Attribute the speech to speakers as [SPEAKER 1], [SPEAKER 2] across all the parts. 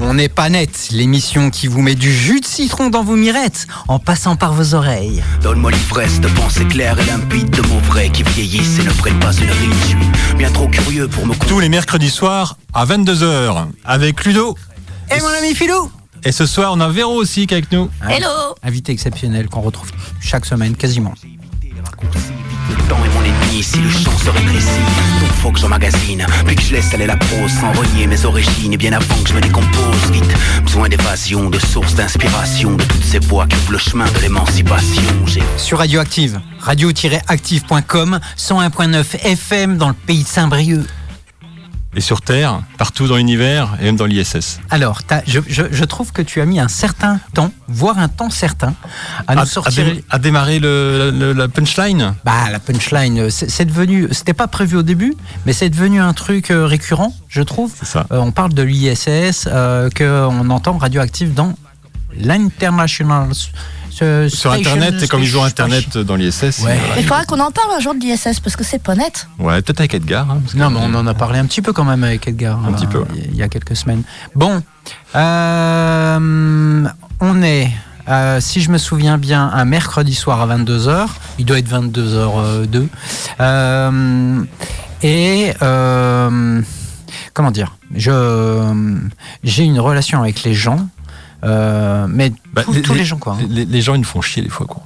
[SPEAKER 1] On n'est pas net, l'émission qui vous met du jus de citron dans vos mirettes en passant par vos oreilles.
[SPEAKER 2] Donne-moi l'ivresse de pensées claires et limpides de mots vrais qui vieillissent et ne prennent pas une riche. Bien trop curieux pour me
[SPEAKER 3] Tous les mercredis soirs à 22h avec Ludo.
[SPEAKER 1] Et mon ami Philou
[SPEAKER 3] Et ce soir, on a Véro aussi qui est avec nous.
[SPEAKER 4] Hello
[SPEAKER 1] Invité exceptionnel qu'on retrouve chaque semaine quasiment.
[SPEAKER 2] Le temps est mon ennemi si le champ se rétrécit. Donc faut que j'emmagasine, puis que je laisse aller la prose sans renier mes origines. Et bien avant que je me décompose vite, besoin d'évasion, de source d'inspiration, de toutes ces voix qui ouvrent le chemin de l'émancipation. J'ai
[SPEAKER 1] Sur Radioactive, radio-active.com, 101.9 FM dans le pays de Saint-Brieuc.
[SPEAKER 3] Et sur Terre, partout dans l'univers et même dans l'ISS.
[SPEAKER 1] Alors, t'as- je, je- je trouve que tu as mis un certain temps, voire un temps certain, à nous
[SPEAKER 3] À,
[SPEAKER 1] sortir.
[SPEAKER 3] à dé- à démarrer le- le- la punchline
[SPEAKER 1] Bah, la punchline, euh, c'est c'est devenu, c'était pas prévu au début, mais c'est devenu un truc euh, récurrent, je trouve.
[SPEAKER 3] C'est ça.
[SPEAKER 1] Euh, on parle de l'ISS, euh, qu'on entend radioactive dans l'international. s- s-
[SPEAKER 3] Sur
[SPEAKER 1] station-
[SPEAKER 3] Internet, et comme ils ont
[SPEAKER 1] station-
[SPEAKER 3] Internet dans l'ISS.
[SPEAKER 1] Ouais.
[SPEAKER 3] voilà.
[SPEAKER 4] Il faudra qu'on en parle un jour de l'ISS parce que c'est pas net.
[SPEAKER 3] euh, Ouais, peut-être avec Edgar. hein, parce que-
[SPEAKER 1] Non, mais on en a parlé un petit peu quand même avec Edgar.
[SPEAKER 3] Un
[SPEAKER 1] hein,
[SPEAKER 3] petit peu, ouais.
[SPEAKER 1] Il y a quelques semaines. Bon, euh, on est, euh, si je me souviens bien, un mercredi soir à 22h. Il doit être 22h02. Euh, et. euh, comment dire je, J'ai une relation avec les gens. euh, mais
[SPEAKER 3] Bah,
[SPEAKER 1] tous, tous les, gens quoi. hein.
[SPEAKER 3] Les, les gens, ils nous font chier des fois, quoi.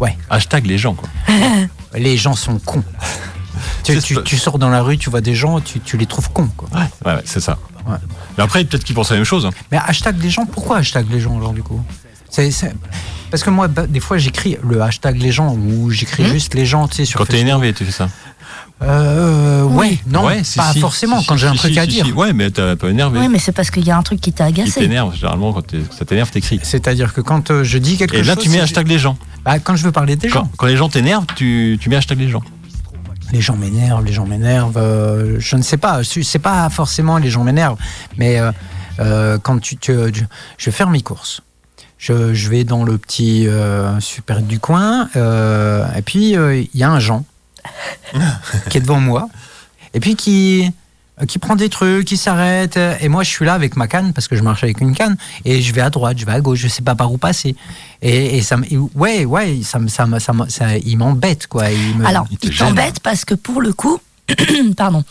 [SPEAKER 1] ouais.
[SPEAKER 3] Hashtag les gens, quoi.
[SPEAKER 1] hein. Les gens sont cons. tu,
[SPEAKER 3] C'est-
[SPEAKER 1] tu- tu sors dans la rue, tu vois des gens, tu, tu les trouves cons. Quoi.
[SPEAKER 3] Ouais, ouais, c'est ça.
[SPEAKER 1] Ouais.
[SPEAKER 3] Mais après, peut-être qu'ils pensent la même chose. hein.
[SPEAKER 1] Mais hashtag les gens, pourquoi hashtag les gens alors du coup C'est- c'est- Parce que moi, bah, des fois, j'écris le hashtag les gens ou j'écris juste les gens, tu sais, sur
[SPEAKER 3] Hmm Quand t'es
[SPEAKER 1] Facebook.
[SPEAKER 3] énervé, tu fais ça.
[SPEAKER 1] Euh, ouais, non,
[SPEAKER 3] Ouais, si,
[SPEAKER 1] pas
[SPEAKER 3] si,
[SPEAKER 1] forcément,
[SPEAKER 3] si,
[SPEAKER 1] quand
[SPEAKER 3] si,
[SPEAKER 1] j'ai un
[SPEAKER 3] si,
[SPEAKER 1] truc
[SPEAKER 3] si,
[SPEAKER 1] à
[SPEAKER 3] si,
[SPEAKER 1] dire.
[SPEAKER 3] si. Ouais, mais t'es pas énervé.
[SPEAKER 4] Oui, mais c'est parce qu'il Ah, y a un truc qui t'a
[SPEAKER 3] Il
[SPEAKER 4] agacé.
[SPEAKER 3] t'énerve, généralement, quand t'es- ça t'énerve, t'écris.
[SPEAKER 1] C'est- C'est-à-dire que quand euh, je dis quelque
[SPEAKER 3] Et
[SPEAKER 1] chose.
[SPEAKER 3] là, tu mets
[SPEAKER 1] c'est-
[SPEAKER 3] hashtag les gens.
[SPEAKER 1] Bah, quand je veux parler des
[SPEAKER 3] Quand,
[SPEAKER 1] gens.
[SPEAKER 3] quand les gens t'énervent, tu, tu mets hashtag les gens.
[SPEAKER 1] Les gens m'énervent, les gens m'énervent. euh, je ne sais pas, je- c'est pas forcément les gens m'énervent, mais euh, euh, quand tu, tu- euh, tu- je vais faire mes courses. Je, je vais dans le petit euh, super du coin, euh, et puis euh, il y a un Jean qui est devant moi, et puis qui, euh, qui prend des trucs, qui s'arrête, euh, et moi je suis là avec ma canne, parce que je marche avec une canne, et je vais à droite, je vais à gauche, je sais pas par où passer. Et, et ça me. Ouais, ouais, ça, me- ça, me- ça, me- ça- il m'embête, quoi. il me-
[SPEAKER 4] Alors,
[SPEAKER 3] Il te
[SPEAKER 4] il
[SPEAKER 3] gêne.
[SPEAKER 4] t'embête parce que pour le coup, pardon,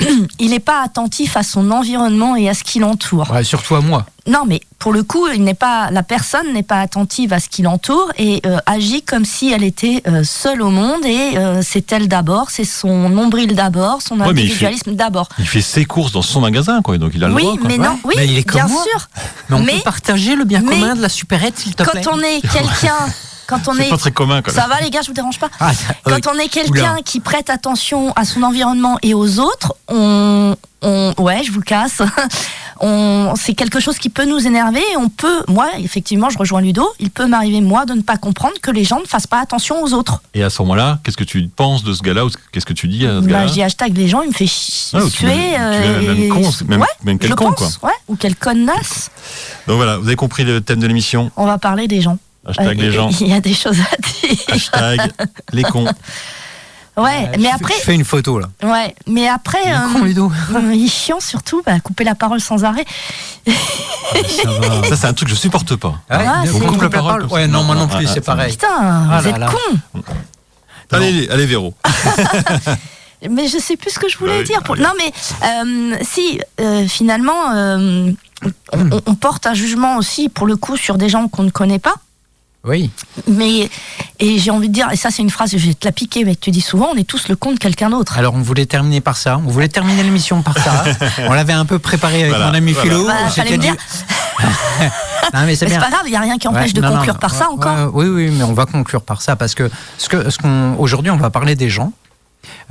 [SPEAKER 4] il n'est pas attentif à son environnement et à ce qui l'entoure.
[SPEAKER 1] Ouais, surtout à moi.
[SPEAKER 4] Non, mais pour le coup, il n'est pas, la personne n'est pas attentive à ce qui l'entoure et euh, agit comme si elle était euh, seule au monde et euh, c'est elle d'abord, c'est son nombril d'abord, son
[SPEAKER 3] Ouais, mais il fait-
[SPEAKER 4] individualisme d'abord.
[SPEAKER 3] Il fait ses courses dans son magasin, quoi. Donc il a le
[SPEAKER 4] Oui,
[SPEAKER 3] droit. quoi.
[SPEAKER 4] mais
[SPEAKER 1] ouais.
[SPEAKER 4] non, oui,
[SPEAKER 1] Mais il est comme
[SPEAKER 4] bien
[SPEAKER 1] moi.
[SPEAKER 4] sûr.
[SPEAKER 1] Mais on
[SPEAKER 4] Mais-
[SPEAKER 1] peut partager le bien
[SPEAKER 4] mais-
[SPEAKER 1] commun de la supérette, s'il te plaît.
[SPEAKER 4] Quand on est quelqu'un, quand on
[SPEAKER 3] C'est
[SPEAKER 4] est,
[SPEAKER 3] pas très commun, quand même.
[SPEAKER 4] ça va les gars, je vous dérange pas.
[SPEAKER 1] Ah, ça- euh,
[SPEAKER 4] Quand on est quelqu'un
[SPEAKER 1] oula.
[SPEAKER 4] qui prête attention à son environnement et aux autres, on, on ouais, je vous casse. on, c'est quelque chose qui peut nous énerver. Et on peut, moi, effectivement, je rejoins Ludo. Il peut m'arriver moi de ne pas comprendre que les gens ne fassent pas attention aux autres.
[SPEAKER 3] Et à ce moment-là, qu'est-ce que tu penses de ce gars-là ou qu'est-ce que tu dis à ce
[SPEAKER 4] Bah,
[SPEAKER 3] gars-là
[SPEAKER 4] je dis hashtag les gens, il me fait ch-
[SPEAKER 3] Ah, ou tu
[SPEAKER 4] suer. euh,
[SPEAKER 3] mets- tu mets même
[SPEAKER 4] et-
[SPEAKER 3] con, même-
[SPEAKER 4] ouais,
[SPEAKER 3] même quel
[SPEAKER 4] je
[SPEAKER 3] con,
[SPEAKER 4] pense, ouais, ou quelle connasse.
[SPEAKER 3] Donc voilà, vous avez compris le thème de l'émission.
[SPEAKER 4] On va parler des gens.
[SPEAKER 3] Hashtag
[SPEAKER 4] Euh,
[SPEAKER 3] les gens.
[SPEAKER 4] Il y a des choses à dire.
[SPEAKER 3] Hashtag les cons. Ah,
[SPEAKER 4] Ouais,
[SPEAKER 1] je
[SPEAKER 4] mais
[SPEAKER 1] Ah, fais-
[SPEAKER 4] après,
[SPEAKER 1] Je fais une photo, là.
[SPEAKER 4] ouais, mais après,
[SPEAKER 1] Il est
[SPEAKER 4] euh,
[SPEAKER 1] con, Ludo.
[SPEAKER 4] il est chiant surtout, bah, couper la parole sans arrêt.
[SPEAKER 1] Ça va.
[SPEAKER 3] Ça, c'est un truc que je supporte pas.
[SPEAKER 4] Ah,
[SPEAKER 1] Ouais,
[SPEAKER 4] c'est-
[SPEAKER 1] on coupe la parole.
[SPEAKER 3] comme ça.
[SPEAKER 1] Ouais, non, moi non plus,
[SPEAKER 3] Ah,
[SPEAKER 1] c'est
[SPEAKER 3] ah,
[SPEAKER 1] pareil.
[SPEAKER 4] Putain,
[SPEAKER 1] Ah
[SPEAKER 4] vous
[SPEAKER 1] là
[SPEAKER 4] êtes
[SPEAKER 1] là.
[SPEAKER 4] cons
[SPEAKER 3] Allez, allez, Véro.
[SPEAKER 4] Mais je sais plus ce que je voulais
[SPEAKER 3] Bah oui,
[SPEAKER 4] dire. pour-
[SPEAKER 3] allez.
[SPEAKER 4] Non, mais euh, si euh, finalement euh, on, on- on porte un jugement aussi pour le coup sur des gens qu'on ne connaît pas.
[SPEAKER 1] Oui.
[SPEAKER 4] Mais et j'ai envie de dire, et ça c'est une phrase, je vais te la piquer, mais tu dis souvent, on est tous le con de quelqu'un d'autre.
[SPEAKER 1] Alors, on voulait terminer par ça. On voulait terminer l'émission par ça. on l'avait un peu préparé avec
[SPEAKER 3] Voilà,
[SPEAKER 1] mon ami
[SPEAKER 3] voilà.
[SPEAKER 1] Philo.
[SPEAKER 4] Bah,
[SPEAKER 1] On
[SPEAKER 4] fallait
[SPEAKER 1] s'était
[SPEAKER 4] le dire.
[SPEAKER 1] Non, mais c'est
[SPEAKER 4] Mais c'est
[SPEAKER 1] bien.
[SPEAKER 4] pas grave, il n'y a rien qui empêche
[SPEAKER 1] Ouais,
[SPEAKER 4] de
[SPEAKER 1] non, non,
[SPEAKER 4] conclure
[SPEAKER 1] non,
[SPEAKER 4] par ça
[SPEAKER 1] ouais,
[SPEAKER 4] encore.
[SPEAKER 1] ouais, Oui, oui, mais on va conclure par ça parce que ce que ce qu'on aujourd'hui on va parler des gens,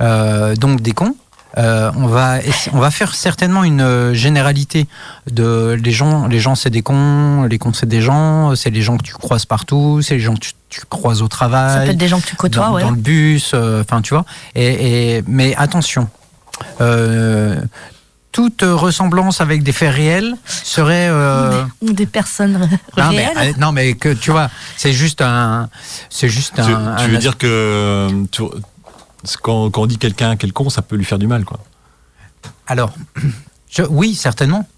[SPEAKER 1] euh, donc des cons. Euh, on va essa- on va faire certainement une euh, généralité de les gens les gens c'est des cons les cons c'est des gens c'est les gens que tu croises partout c'est les gens que tu, tu croises au travail
[SPEAKER 4] Ça peut être des gens que tu côtoies,
[SPEAKER 1] dans,
[SPEAKER 4] ouais.
[SPEAKER 1] dans le bus, euh, enfin tu vois. Et, et- mais attention, euh, toute ressemblance avec des faits réels serait. euh,
[SPEAKER 4] Ou des personnes
[SPEAKER 1] non, mais,
[SPEAKER 4] réelles.
[SPEAKER 1] euh, non mais que tu vois, c'est juste un, c'est juste
[SPEAKER 3] Tu,
[SPEAKER 1] un.
[SPEAKER 3] tu
[SPEAKER 1] un
[SPEAKER 3] veux
[SPEAKER 1] as-
[SPEAKER 3] dire que euh, tu- quand, quand on dit quelqu'un, quel con, ça peut lui faire du mal, quoi.
[SPEAKER 1] Alors, Je- oui, certainement.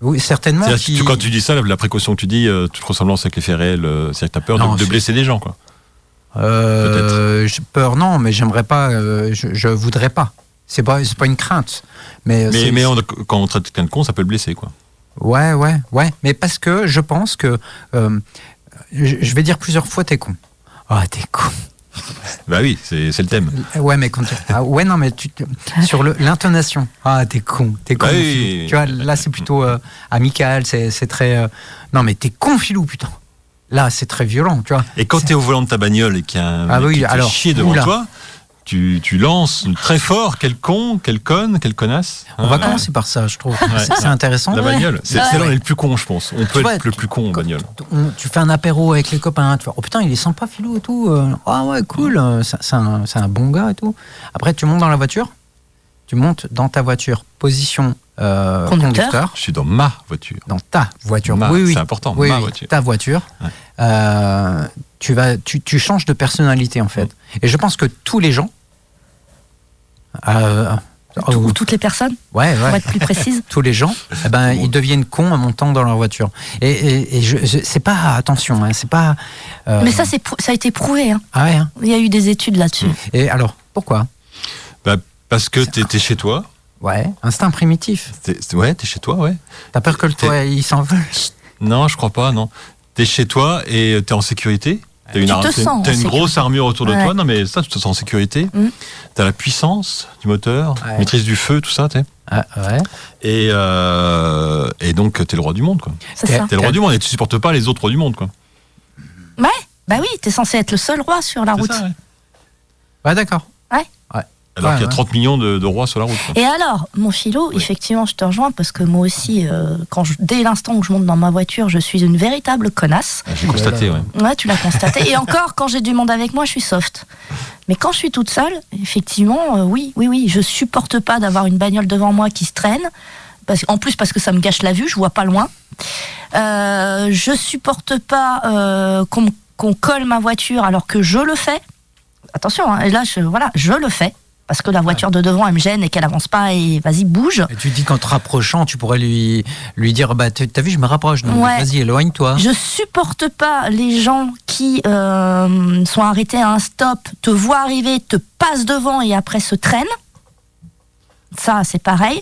[SPEAKER 1] Oui, certainement.
[SPEAKER 3] C'est-à-dire que
[SPEAKER 1] si-
[SPEAKER 3] tu- quand tu dis ça, la, la précaution que tu dis, euh, toute ressemblance avec les faits réels, euh, c'est-à-dire que t'as peur de-
[SPEAKER 1] Non,
[SPEAKER 3] de,
[SPEAKER 1] c'est-
[SPEAKER 3] blesser des gens, quoi.
[SPEAKER 1] Euh, j'ai peur, non, mais j'aimerais pas, euh, je, je voudrais pas. C'est pas, c'est pas une crainte. Mais, euh,
[SPEAKER 3] Mais,
[SPEAKER 1] c'est-
[SPEAKER 3] mais on- quand on traite quelqu'un de con, ça peut le blesser, quoi.
[SPEAKER 1] Ouais, ouais, ouais. Mais parce que je pense que. euh, je je vais dire plusieurs fois, t'es con. Ah, t'es con.
[SPEAKER 3] Bah oui, c'est c'est le thème.
[SPEAKER 1] Ouais, mais quand tu- ah, ouais, non, mais tu, sur le- l'intonation. Ah, t'es con, t'es con.
[SPEAKER 3] Bah oui,
[SPEAKER 1] filou.
[SPEAKER 3] oui,
[SPEAKER 1] Tu vois, là, c'est plutôt euh, amical, c'est c'est très. euh, Non, mais t'es con, filou, putain. Là, c'est très violent, tu vois.
[SPEAKER 3] Et quand
[SPEAKER 1] C'est-
[SPEAKER 3] t'es au volant de ta bagnole et qu'il y a un
[SPEAKER 1] Ah
[SPEAKER 3] mec
[SPEAKER 1] oui,
[SPEAKER 3] qui te fait
[SPEAKER 1] alors,
[SPEAKER 3] chier devant
[SPEAKER 1] oula.
[SPEAKER 3] toi, tu, tu lances très fort quel con, quelle conne, quelle connasse.
[SPEAKER 1] On va
[SPEAKER 3] Hein,
[SPEAKER 1] commencer par ça, je trouve.
[SPEAKER 3] Ouais.
[SPEAKER 1] C'est c'est intéressant.
[SPEAKER 3] La bagnole, c'est
[SPEAKER 1] Bah
[SPEAKER 4] Ouais.
[SPEAKER 3] c'est là où on est le plus con, je pense. On peut
[SPEAKER 1] Tu vois,
[SPEAKER 3] être le plus con en bagnole.
[SPEAKER 1] On- tu fais un apéro avec les copains, tu vois, oh putain, il est sympa, Philou et tout. euh, Ah ouais,
[SPEAKER 3] Mm.
[SPEAKER 1] cool, euh, c'est c'est un, c'est un bon gars et tout. Après, tu montes dans la voiture, tu montes dans ta voiture, position euh,
[SPEAKER 4] Conducteur.
[SPEAKER 1] conducteur.
[SPEAKER 3] Je suis dans ma voiture.
[SPEAKER 1] dans ta voiture.
[SPEAKER 3] Ma,
[SPEAKER 1] oui, oui,
[SPEAKER 3] Bah, c'est important,
[SPEAKER 1] oui,
[SPEAKER 3] ma
[SPEAKER 1] oui,
[SPEAKER 3] voiture.
[SPEAKER 1] ta voiture.
[SPEAKER 3] Ouais.
[SPEAKER 1] Euh, tu, vas, tu, tu changes de personnalité, en fait.
[SPEAKER 3] Mm.
[SPEAKER 1] Et je pense que tous les gens. euh,
[SPEAKER 4] Tout-
[SPEAKER 1] oh,
[SPEAKER 4] ou toutes les personnes,
[SPEAKER 1] ouais, ouais
[SPEAKER 4] pour être plus précise.
[SPEAKER 1] tous les gens, eh ben, ils deviennent cons en montant dans leur voiture. Et, et- et je, je- c'est pas, attention, hein, c'est pas. euh,
[SPEAKER 4] Mais ça, c'est prou- ça a été prouvé. hein.
[SPEAKER 1] ah ouais, hein.
[SPEAKER 4] Il y a eu des études là-dessus.
[SPEAKER 1] Et alors, pourquoi
[SPEAKER 3] Bah, parce que t'es t'es chez toi.
[SPEAKER 1] Ouais, instinct primitif.
[SPEAKER 3] T'es- t'es- ouais, t'es chez toi, ouais.
[SPEAKER 1] T'as peur que le
[SPEAKER 3] T'es-
[SPEAKER 1] toit il s'envole
[SPEAKER 3] Non, je crois pas, non. T'es chez toi et t'es en sécurité. T'as une,
[SPEAKER 4] Tu
[SPEAKER 3] ar-
[SPEAKER 4] te
[SPEAKER 3] t'as-
[SPEAKER 4] sens en
[SPEAKER 3] t'as une
[SPEAKER 4] sécurité.
[SPEAKER 3] grosse armure autour de
[SPEAKER 4] Ouais.
[SPEAKER 3] toi. Non, mais ça, tu te sens en sécurité.
[SPEAKER 4] Mhm.
[SPEAKER 3] T'as la puissance du moteur,
[SPEAKER 1] Ouais.
[SPEAKER 3] maîtrise du feu, tout ça, t'es.
[SPEAKER 1] Ah, ouais.
[SPEAKER 3] Et, euh, et donc, t'es le roi du monde, quoi.
[SPEAKER 4] C'est
[SPEAKER 1] T'es-
[SPEAKER 4] ça.
[SPEAKER 3] T'es le roi du monde et tu supportes pas les autres rois du monde, quoi.
[SPEAKER 4] Ouais, bah oui, t'es censé être le seul roi sur la
[SPEAKER 3] C'est
[SPEAKER 4] route.
[SPEAKER 3] ça, ouais.
[SPEAKER 1] Ouais, d'accord.
[SPEAKER 3] Alors
[SPEAKER 1] Ouais,
[SPEAKER 3] qu'il y a
[SPEAKER 1] ouais.
[SPEAKER 3] 30 millions de, de rois sur la route. quoi.
[SPEAKER 4] Et alors, mon philo,
[SPEAKER 3] Oui.
[SPEAKER 4] effectivement, je te rejoins parce que moi aussi, euh, quand je- dès l'instant où je monte dans ma voiture, je suis une véritable connasse.
[SPEAKER 3] Ah, J'ai constaté, ouais.
[SPEAKER 4] Ouais, tu l'as constaté. Et encore, quand j'ai du monde avec moi, je suis soft. Mais quand je suis toute seule, effectivement, euh, oui, oui, oui, je supporte pas d'avoir une bagnole devant moi qui se traîne. Parce, en plus, parce que ça me gâche la vue, je vois pas loin. Euh, je supporte pas euh, qu'on me- qu'on colle ma voiture alors que je le fais. Attention, hein, et là, je, voilà, je le fais. Parce que la voiture de devant, elle me gêne et qu'elle avance pas et vas-y, bouge.
[SPEAKER 1] Et tu dis qu'en te rapprochant, tu pourrais lui, lui dire bah, t'as t'as vu, je me rapproche, donc
[SPEAKER 4] Ouais.
[SPEAKER 1] vas-y,
[SPEAKER 3] Hein
[SPEAKER 1] éloigne-toi.
[SPEAKER 4] Je supporte pas les gens qui euh, sont arrêtés à un stop, te voient arriver, te passent devant et après se traînent. Ça, c'est pareil.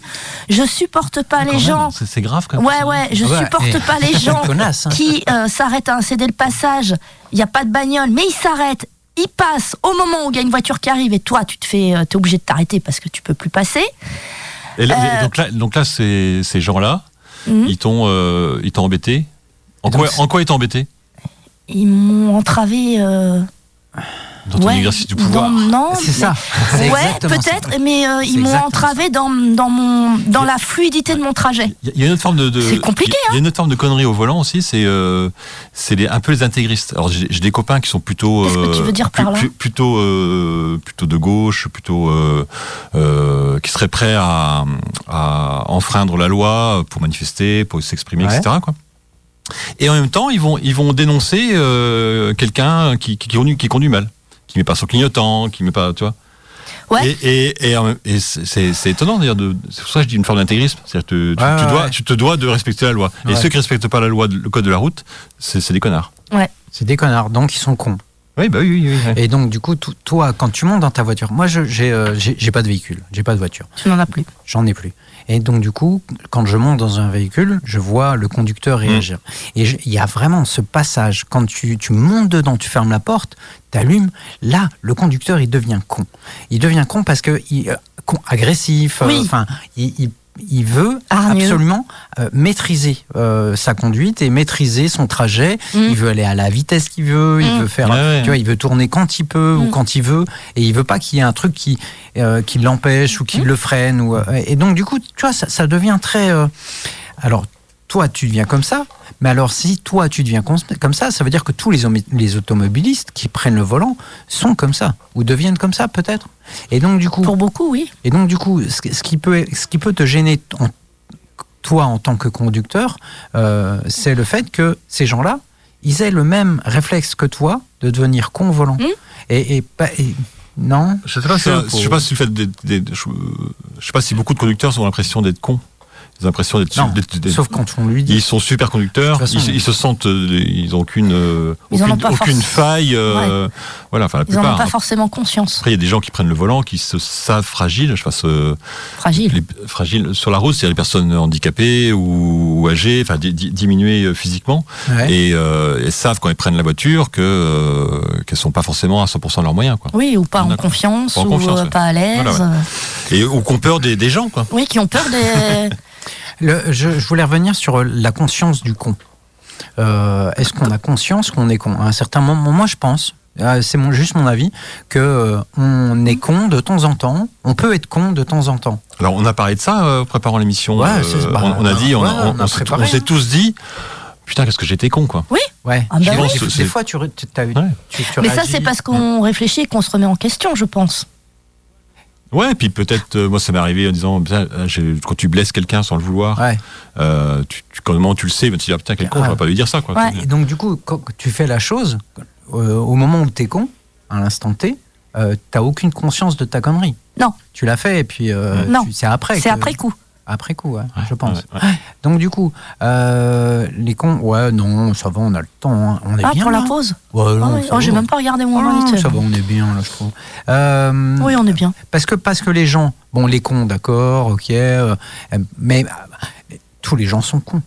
[SPEAKER 4] Je supporte pas
[SPEAKER 3] Quand
[SPEAKER 4] les
[SPEAKER 3] même,
[SPEAKER 4] gens.
[SPEAKER 3] C'est c'est grave, hein. quand même.
[SPEAKER 4] Ouais, ouais, je
[SPEAKER 1] Ah bah,
[SPEAKER 4] supporte
[SPEAKER 1] eh,
[SPEAKER 4] pas les gens
[SPEAKER 1] connasse, hein.
[SPEAKER 4] qui euh, s'arrêtent à un céder le passage. Il n'y a pas de bagnole, mais ils s'arrêtent. Ils passent au moment où il y a une voiture qui arrive et toi, tu te fais, euh, t'es obligé de t'arrêter parce que tu peux plus passer.
[SPEAKER 3] Et là-
[SPEAKER 4] Euh,
[SPEAKER 3] et donc là, donc là ces, ces gens-là,
[SPEAKER 4] Mhm.
[SPEAKER 3] ils t'ont euh, ils t'ont embêté. En
[SPEAKER 1] Et donc,
[SPEAKER 3] quoi, en quoi ils t'ont embêté
[SPEAKER 4] Ils m'ont entravé. euh,
[SPEAKER 3] Dans ton
[SPEAKER 4] ouais,
[SPEAKER 3] exercice du
[SPEAKER 4] dans-
[SPEAKER 3] pouvoir.
[SPEAKER 4] non,
[SPEAKER 1] C'est ça. Ah, C'est
[SPEAKER 4] Ouais,
[SPEAKER 1] exactement ça.
[SPEAKER 4] peut-être, mais euh,
[SPEAKER 1] C'est
[SPEAKER 4] ils m'ont
[SPEAKER 1] exactement
[SPEAKER 4] entravé dans, dans, mon, dans la fluidité de mon trajet.
[SPEAKER 3] Il y a- il y a une autre forme de, de-
[SPEAKER 4] C'est compliqué, hein.
[SPEAKER 3] Il y a une autre forme de connerie au volant aussi. C'est euh, c'est les- un peu les intégristes. Alors j'ai j'ai des copains qui sont plutôt
[SPEAKER 4] Qu'est-ce que tu veux dire par là
[SPEAKER 3] plutôt euh, plutôt de gauche, plutôt euh, euh, qui seraient prêts à, à enfreindre la loi pour manifester, pour s'exprimer,
[SPEAKER 1] Ouais.
[SPEAKER 3] etc. Quoi. Et en même temps, ils vont ils vont dénoncer euh, quelqu'un qui, qui, qui conduit qui conduit mal, qui met pas son clignotant, qui met pas, tu vois.
[SPEAKER 4] Ouais.
[SPEAKER 3] Et, et- et en même- et c'est- c'est c'est étonnant d'ailleurs, de- c'est pour ça que je dis une forme d'intégrisme. C'est-à-dire que tu,
[SPEAKER 1] Ouais,
[SPEAKER 3] tu
[SPEAKER 1] ouais,
[SPEAKER 3] dois,
[SPEAKER 1] ouais.
[SPEAKER 3] tu te dois de respecter la loi. Et
[SPEAKER 1] Ouais.
[SPEAKER 3] ceux qui respectent pas la loi, de- le code de la route, c'est c'est des connards.
[SPEAKER 1] C'est des connards, donc ils sont cons.
[SPEAKER 3] Oui, bah oui, oui. oui, oui.
[SPEAKER 1] Et donc, du coup, to- toi, quand tu montes dans ta voiture, moi, je- j'ai euh, j'ai- j'ai pas de véhicule, j'ai pas de voiture.
[SPEAKER 4] Tu n'en as plus.
[SPEAKER 1] J'en ai plus. Et donc, du coup, quand je monte dans un véhicule, je vois le conducteur réagir. Et je- il y a vraiment ce passage. Quand tu, tu montes dedans, tu fermes la porte, t'allumes. Là, le conducteur, il devient con. Il devient con parce que il, euh, con, agressif. euh,
[SPEAKER 4] Oui.
[SPEAKER 1] Enfin, il, il- il veut
[SPEAKER 4] Hargneux.
[SPEAKER 1] absolument euh, maîtriser euh, sa conduite et maîtriser son trajet.
[SPEAKER 4] Mm.
[SPEAKER 1] Il veut aller à la vitesse qu'il veut. Il
[SPEAKER 4] Mm.
[SPEAKER 1] veut faire.
[SPEAKER 3] Ouais, ouais.
[SPEAKER 1] Tu vois, il veut tourner quand il peut ou
[SPEAKER 4] Mm.
[SPEAKER 1] quand il veut. Et il veut pas qu'il y ait un truc qui euh, qui l'empêche ou
[SPEAKER 4] Mm.
[SPEAKER 1] qui le freine. Ou, euh, et donc, du coup, tu vois, ça, ça devient très. euh, alors, toi, tu deviens comme ça, mais alors, si toi, tu deviens cons- comme ça, ça veut dire que tous les, homi- les automobilistes qui prennent le volant sont comme ça, ou deviennent comme ça, peut-être. Et donc, du coup,
[SPEAKER 4] Pour beaucoup, oui.
[SPEAKER 1] et donc, du coup ce, qui- ce qui peut, ce qui peut te gêner, en- toi, en tant que conducteur, euh, c'est le fait que ces gens-là, ils aient le même réflexe que toi de devenir con au volant.
[SPEAKER 4] Hmm.
[SPEAKER 1] Et, et, pas- et- non
[SPEAKER 3] euh, Je sais pas, si- je sais pas si le fait d'être- d'être- je je sais pas si beaucoup de conducteurs ont l'impression d'être cons. impressions d'être.
[SPEAKER 1] Non,
[SPEAKER 3] d'être- d'être-
[SPEAKER 1] sauf quand on lui dit.
[SPEAKER 3] Ils sont super conducteurs,
[SPEAKER 1] De toute
[SPEAKER 3] ils,
[SPEAKER 1] façon,
[SPEAKER 3] ils se sentent, euh, ils n'ont aucune, euh,
[SPEAKER 4] Ils en ont
[SPEAKER 3] aucune,
[SPEAKER 4] pas
[SPEAKER 3] aucune
[SPEAKER 4] forc-
[SPEAKER 3] faille. euh, Voilà, enfin la
[SPEAKER 4] Ils n'en ont
[SPEAKER 3] plupart. hein.
[SPEAKER 4] pas
[SPEAKER 1] hein.
[SPEAKER 4] forcément conscience.
[SPEAKER 3] Après, il y a des gens qui prennent le volant, qui se savent fragiles. Je passe euh,
[SPEAKER 4] Fragile.
[SPEAKER 3] les fragiles sur la route, c'est-à-dire les personnes handicapées ou, ou âgées, enfin di- di- diminuées euh, physiquement,
[SPEAKER 1] Ouais.
[SPEAKER 3] et euh, elles savent quand elles prennent la voiture que euh, qu'elles sont pas forcément à 100% de leurs moyens, quoi.
[SPEAKER 4] Oui, ou pas en
[SPEAKER 3] D'accord.
[SPEAKER 4] confiance,
[SPEAKER 3] Pas en
[SPEAKER 4] ou
[SPEAKER 3] confiance,
[SPEAKER 4] euh,
[SPEAKER 3] ouais.
[SPEAKER 4] pas à l'aise.
[SPEAKER 3] Voilà, ouais.
[SPEAKER 4] euh,
[SPEAKER 3] Et ou qu'on peur des, des gens, quoi.
[SPEAKER 4] Oui, qui ont peur des.
[SPEAKER 1] Le- je, je voulais revenir sur la conscience du con. Euh, Est-ce qu'on a conscience qu'on est con À un certain moment, moi je pense, euh, c'est mon, juste mon avis, que euh, on est con de temps en temps, on peut être con de temps en temps.
[SPEAKER 3] Alors on a parlé de ça euh, en préparant l'émission.
[SPEAKER 1] Ouais,
[SPEAKER 3] euh,
[SPEAKER 1] c'est- bah,
[SPEAKER 3] on, on a dit, on,
[SPEAKER 1] ouais,
[SPEAKER 3] on-
[SPEAKER 1] on a
[SPEAKER 3] on s'est-
[SPEAKER 1] préparé,
[SPEAKER 3] on s'est
[SPEAKER 1] hein.
[SPEAKER 3] tous dit, putain, qu'est-ce que j'étais con, quoi.
[SPEAKER 1] Ouais.
[SPEAKER 4] Ah bah
[SPEAKER 1] Je
[SPEAKER 4] oui.
[SPEAKER 1] pense
[SPEAKER 3] Je pense
[SPEAKER 1] que
[SPEAKER 3] que
[SPEAKER 1] des
[SPEAKER 3] c'est-
[SPEAKER 1] fois, tu, re- tu, t'as-
[SPEAKER 3] Ouais.
[SPEAKER 1] tu- tu
[SPEAKER 4] Mais ça,
[SPEAKER 1] réagis-
[SPEAKER 4] c'est parce qu'on réfléchit et qu'on se remet en question, je pense.
[SPEAKER 3] Ouais, puis peut-être, euh, moi ça m'est arrivé en disant, putain, euh, j'ai- quand tu blesses quelqu'un sans le vouloir,
[SPEAKER 1] Ouais.
[SPEAKER 3] euh, tu, tu- comment tu le sais, tu te dis, ah, putain, quel con,
[SPEAKER 1] Ah.
[SPEAKER 3] je pas lui dire ça, quoi.
[SPEAKER 4] Ouais.
[SPEAKER 1] Et donc, du coup, quand tu fais la chose, euh, au moment où t'es con, à l'instant T, euh, t'as aucune conscience de ta connerie.
[SPEAKER 4] Non.
[SPEAKER 1] Tu l'as fait et puis euh,
[SPEAKER 4] Mm. Non.
[SPEAKER 1] tu- c'est après.
[SPEAKER 4] C'est
[SPEAKER 1] que-
[SPEAKER 4] après coup.
[SPEAKER 1] Après coup, ouais, je
[SPEAKER 3] Ouais,
[SPEAKER 1] pense.
[SPEAKER 3] ouais.
[SPEAKER 1] Donc du coup, euh, les cons, ouais, non, ça va, on a le temps, hein. on est
[SPEAKER 4] Ah,
[SPEAKER 1] bien.
[SPEAKER 4] pour la
[SPEAKER 1] là.
[SPEAKER 4] pause
[SPEAKER 1] Ouais,
[SPEAKER 4] Ah
[SPEAKER 1] non,
[SPEAKER 4] oui.
[SPEAKER 1] ça
[SPEAKER 4] Oh,
[SPEAKER 1] va.
[SPEAKER 4] j'ai même pas regardé mon
[SPEAKER 1] Ah, ça
[SPEAKER 4] moniteur.
[SPEAKER 1] va, on est bien là, je trouve. Euh,
[SPEAKER 4] Oui, on est bien.
[SPEAKER 1] Parce que parce que les gens, bon, les cons, d'accord, ok, euh, mais euh, tous les gens sont cons.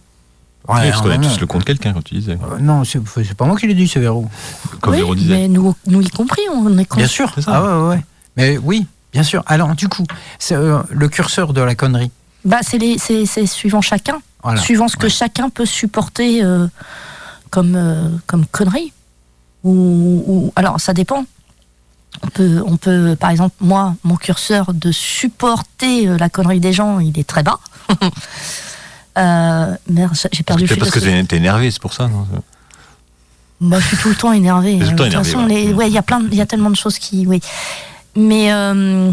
[SPEAKER 1] Ouais,
[SPEAKER 3] Oui, parce qu'on a
[SPEAKER 1] vraiment.
[SPEAKER 3] tous le con de quelqu'un, quand tu disais.
[SPEAKER 1] Euh, Non, c'est c'est pas moi qui l'ai dit, c'est Véro.
[SPEAKER 3] Comme
[SPEAKER 4] Oui,
[SPEAKER 3] Véro disait.
[SPEAKER 4] mais nous, nous y compris, on est con.
[SPEAKER 1] Bien sûr.
[SPEAKER 3] C'est ça.
[SPEAKER 1] Ah ouais, ouais, ouais. Mais oui, bien sûr. Alors du coup, c'est euh, le curseur de la connerie.
[SPEAKER 4] Bah, c'est les- c'est- c'est suivant chacun,
[SPEAKER 1] Voilà.
[SPEAKER 4] suivant ce que chacun peut supporter euh, comme, euh, comme connerie. Ou, ou- alors, ça dépend. On peut, on peut, par exemple, moi, mon curseur de supporter euh, la connerie des gens, il est très bas. Euh, merde, j'ai perdu le
[SPEAKER 3] C'est
[SPEAKER 4] fil.
[SPEAKER 3] parce
[SPEAKER 4] de
[SPEAKER 3] que
[SPEAKER 4] ce-
[SPEAKER 3] t'es t'es énervé, c'est pour ça. non
[SPEAKER 4] Moi, je suis tout le temps énervée. hein.
[SPEAKER 3] T'es tout le temps
[SPEAKER 4] de toute
[SPEAKER 3] énervée,
[SPEAKER 4] façon,
[SPEAKER 3] ouais.
[SPEAKER 4] les- ouais, il y a plein, de- il y a tellement de choses qui, oui. Mais euh,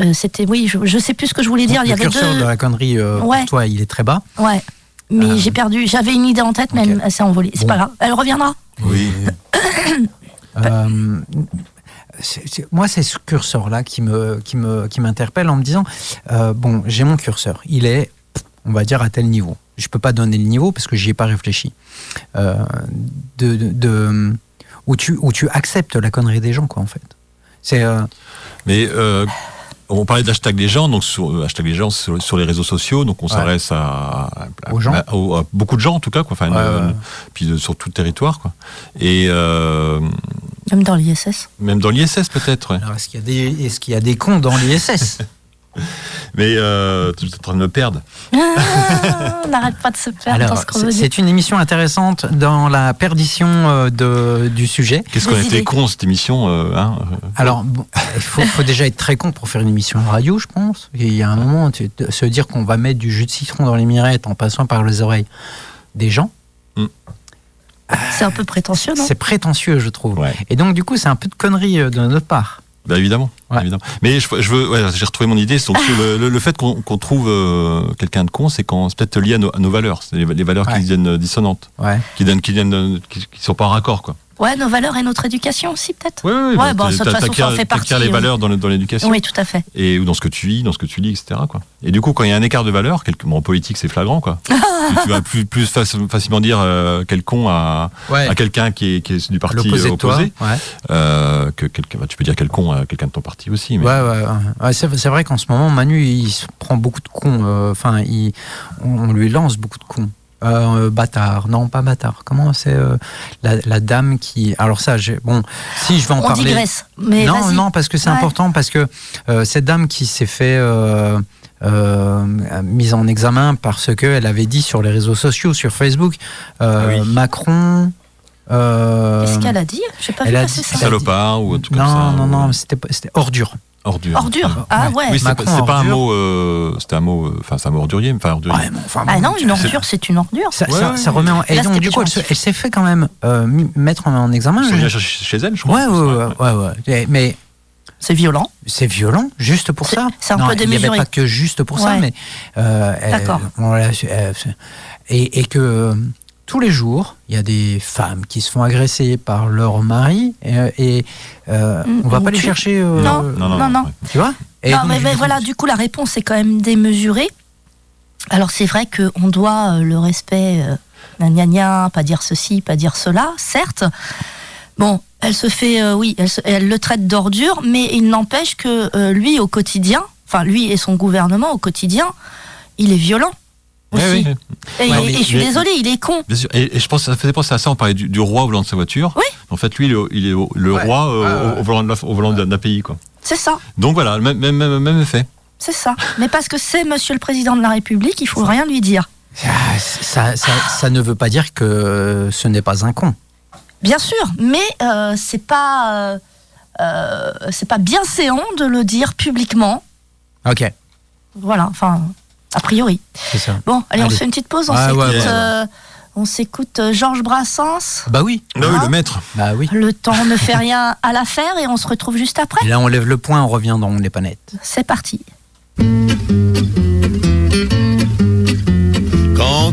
[SPEAKER 4] euh, c'était, oui, je, je sais plus ce que je voulais dire. Il y
[SPEAKER 1] le
[SPEAKER 4] avait
[SPEAKER 1] curseur
[SPEAKER 4] deux.
[SPEAKER 1] de la connerie, euh, pour
[SPEAKER 4] Ouais.
[SPEAKER 1] toi, il est très bas.
[SPEAKER 4] Ouais. Mais
[SPEAKER 3] Ah.
[SPEAKER 1] Euh,
[SPEAKER 4] j'ai perdu. J'avais une idée en tête, mais
[SPEAKER 1] ok.
[SPEAKER 4] elle elle s'est envolée. C'est
[SPEAKER 1] Bon.
[SPEAKER 4] pas grave. Elle reviendra.
[SPEAKER 3] Oui.
[SPEAKER 1] Euh, c'est- c'est- moi, c'est ce curseur-là qui me, qui me, qui m'interpelle en me disant, euh, bon, j'ai mon curseur, il est, on va dire, à tel niveau. Je peux pas donner le niveau parce que j'y ai pas réfléchi. Euh, de, de- de- où tu, où tu acceptes la connerie des gens, quoi, en fait. C'est euh,
[SPEAKER 3] Mais euh, on parlait d'hashtag des gens, donc sur, euh, hashtag des gens sur, sur les réseaux sociaux, donc on s'adresse à, à-
[SPEAKER 1] Aux gens.
[SPEAKER 3] à- au- à beaucoup de gens en tout cas, quoi. Enfin,
[SPEAKER 1] Ouais,
[SPEAKER 3] euh,
[SPEAKER 1] ouais.
[SPEAKER 3] puis de- sur tout le territoire, quoi. Et euh,
[SPEAKER 4] Comme dans l'ISS.
[SPEAKER 3] même dans l'ISS peut-être. ouais.
[SPEAKER 1] alors, est-ce qu'il y a des, est-ce qu'il y a des cons dans l'ISS
[SPEAKER 3] Mais euh, tu es en train de me perdre.
[SPEAKER 4] Ah, on n'arrête pas de se perdre dans
[SPEAKER 1] Alors,
[SPEAKER 4] ce qu'on
[SPEAKER 1] c'est,
[SPEAKER 4] veut dire.
[SPEAKER 1] c'est une émission intéressante dans la perdition euh, de, du sujet.
[SPEAKER 3] Qu'est-ce qu'on
[SPEAKER 4] Des
[SPEAKER 3] était
[SPEAKER 4] idées.
[SPEAKER 3] con cette émission euh, hein
[SPEAKER 1] Alors, bon, il faut, faut déjà être très con pour faire une émission de radio, je pense. Il y a un moment, tu- de- se dire qu'on va mettre du jus de citron dans les mirettes en passant par les oreilles des gens,
[SPEAKER 4] C'est un peu prétentieux, Ah non
[SPEAKER 1] c'est prétentieux, je trouve.
[SPEAKER 3] euh, Ouais.
[SPEAKER 1] Et donc, du coup, c'est un peu de connerie euh, de notre part.
[SPEAKER 3] Bah, évidemment,
[SPEAKER 1] Ouais.
[SPEAKER 3] évidemment. Mais je, je veux, ouais, j'ai retrouvé mon idée. Donc, sur le, le- le fait qu'on qu'on trouve euh, quelqu'un de con, c'est quand c'est peut-être lié à nos, à nos valeurs, c'est les, les valeurs
[SPEAKER 1] Ouais.
[SPEAKER 3] qui deviennent euh, dissonantes,
[SPEAKER 1] Ouais.
[SPEAKER 3] qui ne qui viennent, euh, qui, qui sont pas en raccord, quoi.
[SPEAKER 4] Ouais, nos valeurs et notre éducation aussi, peut-être.
[SPEAKER 3] Oui, oui,
[SPEAKER 4] Ouais, bah, ça, de toute façon, ça en fait partie,
[SPEAKER 3] les
[SPEAKER 4] oui.
[SPEAKER 3] valeurs dans le- dans l'éducation
[SPEAKER 4] Oui, tout à fait.
[SPEAKER 3] et ou dans ce que tu vis, dans ce que tu lis, etc. Quoi. Et du coup, quand il y a un écart de valeurs, quelque, bon, en politique, c'est flagrant. Quoi. tu, tu vas plus, plus faci- facilement dire euh, quel con à, à quelqu'un Ah, qui est, qui est du parti
[SPEAKER 1] L'opposé
[SPEAKER 3] euh,
[SPEAKER 1] de toi.
[SPEAKER 3] opposé.
[SPEAKER 1] Ouais.
[SPEAKER 3] euh, que quelqu'un- bah, tu peux dire quel con à quelqu'un de ton parti aussi. Mais...
[SPEAKER 1] Ouais, ouais, ouais. Ouais, c'est, c'est vrai qu'en ce moment, Manu, il se prend beaucoup de cons. euh, Enfin, il- on, on lui lance beaucoup de cons. Euh, bâtard, non pas bâtard. Comment c'est euh, la, la dame qui. Alors ça, j'ai... bon, si je vais en
[SPEAKER 4] on
[SPEAKER 1] parler.
[SPEAKER 4] digresse. Mais
[SPEAKER 1] non,
[SPEAKER 4] vas-y.
[SPEAKER 1] non, parce que c'est
[SPEAKER 4] Ouais.
[SPEAKER 1] important, parce que euh, cette dame qui s'est fait euh, euh, mise en examen parce qu'elle avait dit sur les réseaux sociaux, sur Facebook, euh,
[SPEAKER 3] Ah oui.
[SPEAKER 1] Macron. euh,
[SPEAKER 4] Qu'est-ce qu'elle a dit J'ai pas
[SPEAKER 1] elle
[SPEAKER 4] vu
[SPEAKER 1] a
[SPEAKER 4] passer
[SPEAKER 1] dit-
[SPEAKER 4] ça.
[SPEAKER 1] elle a-
[SPEAKER 3] Salopard ou un truc comme ça.
[SPEAKER 1] non, non,
[SPEAKER 3] ou-
[SPEAKER 1] non, c'était pas- c'était ordure.
[SPEAKER 3] Ordure.
[SPEAKER 4] Ordure. Ah ouais.
[SPEAKER 3] Oui, c'est pas,
[SPEAKER 1] Macron,
[SPEAKER 3] c'est pas un
[SPEAKER 1] ordure.
[SPEAKER 3] mot. euh, C'était un mot. euh, Enfin, c'est un mot ordurier. mais Enfin, ordurier.
[SPEAKER 1] Ouais, mais enfin,
[SPEAKER 4] Ah
[SPEAKER 1] bon,
[SPEAKER 4] non, une ordure, c'est une ordure.
[SPEAKER 1] Ça,
[SPEAKER 3] Ouais,
[SPEAKER 1] ça-
[SPEAKER 3] ouais,
[SPEAKER 1] ça
[SPEAKER 3] ouais.
[SPEAKER 1] remet en... Et
[SPEAKER 4] Là,
[SPEAKER 1] donc,
[SPEAKER 4] c'était
[SPEAKER 1] du coup, elle, se-
[SPEAKER 4] péjoratif.
[SPEAKER 1] elle s'est fait quand même euh, mi- mettre en, en examen.
[SPEAKER 3] Ils sont
[SPEAKER 1] je-
[SPEAKER 3] venus la chercher chez elle, je crois.
[SPEAKER 1] Ouais, ouais, ouais, ouais, ouais. Et- Mais
[SPEAKER 4] C'est violent.
[SPEAKER 1] c'est violent, juste pour
[SPEAKER 4] C'est-
[SPEAKER 1] ça.
[SPEAKER 4] c'est un
[SPEAKER 1] Non,
[SPEAKER 4] peu
[SPEAKER 1] Il n'y avait
[SPEAKER 4] démesuré.
[SPEAKER 1] pas que juste pour ça,
[SPEAKER 4] Ouais.
[SPEAKER 1] mais. euh, elle-
[SPEAKER 4] D'accord.
[SPEAKER 1] on l'a- elle- et, et que euh, tous les jours, il y a des femmes qui se font agresser par leur mari et, euh, et, euh,
[SPEAKER 4] Mm,
[SPEAKER 1] on va
[SPEAKER 4] on
[SPEAKER 1] pas les
[SPEAKER 4] tue.
[SPEAKER 1] chercher. euh,
[SPEAKER 4] Non,
[SPEAKER 1] euh,
[SPEAKER 3] Non,
[SPEAKER 4] Non,
[SPEAKER 3] non, non.
[SPEAKER 4] non.
[SPEAKER 3] ouais.
[SPEAKER 1] Tu vois Et
[SPEAKER 4] non,
[SPEAKER 1] donc,
[SPEAKER 4] mais,
[SPEAKER 1] du
[SPEAKER 4] mais
[SPEAKER 1] coup,
[SPEAKER 4] voilà, du coup, la réponse est quand même démesurée. Euh, Alors c'est vrai qu'on doit euh, le respect, euh, gna gna gna, pas dire ceci, pas dire cela, certes. Bon, elle se fait, euh, oui, elle, se- elle le traite d'ordure, mais il n'empêche que euh, lui au quotidien, enfin lui et son gouvernement au quotidien, il est violent.
[SPEAKER 3] Ouais,
[SPEAKER 4] Aussi.
[SPEAKER 3] ouais, ouais.
[SPEAKER 4] Et,
[SPEAKER 3] Ouais,
[SPEAKER 4] et
[SPEAKER 3] mais-
[SPEAKER 4] je suis
[SPEAKER 3] mais-
[SPEAKER 4] désolée, il est con.
[SPEAKER 3] Bien sûr. Et, et je pense que ça faisait penser à ça. On parlait du, du roi au volant de sa voiture.
[SPEAKER 4] Oui.
[SPEAKER 3] En fait, lui, il est, au- il est au- le
[SPEAKER 1] Ouais. Ah,
[SPEAKER 3] roi euh,
[SPEAKER 1] Ouais, ouais.
[SPEAKER 3] au, au volant, de la- au volant d'un d'un pays. Quoi.
[SPEAKER 4] C'est ça,
[SPEAKER 3] Donc voilà, le même, même, même- même effet.
[SPEAKER 4] c'est ça. Mais parce que c'est Monsieur le Président de la République, il faut rien lui dire.
[SPEAKER 1] Ah, ça, ça- ça ne veut pas dire que ce n'est pas un con.
[SPEAKER 4] Bien sûr, mais euh, c'est pas euh, euh, c'est pas bien séant de le dire publiquement.
[SPEAKER 1] Ok,
[SPEAKER 4] Voilà, enfin a priori.
[SPEAKER 1] c'est ça.
[SPEAKER 4] Bon, allez, on
[SPEAKER 1] Allez.
[SPEAKER 4] se fait une petite pause, on
[SPEAKER 1] Ouais,
[SPEAKER 4] s'écoute
[SPEAKER 1] ouais,
[SPEAKER 3] ouais.
[SPEAKER 4] euh, on s'écoute euh, Georges Brassens.
[SPEAKER 1] Bah oui,
[SPEAKER 3] Non,
[SPEAKER 4] oui,
[SPEAKER 3] oui,
[SPEAKER 4] le
[SPEAKER 3] le maître.
[SPEAKER 1] bah oui.
[SPEAKER 4] Le temps ne fait rien à l'affaire et on se retrouve juste après.
[SPEAKER 1] Et là, on lève le point, on revient dans On n'est pas net.
[SPEAKER 4] C'est parti.
[SPEAKER 5] Quand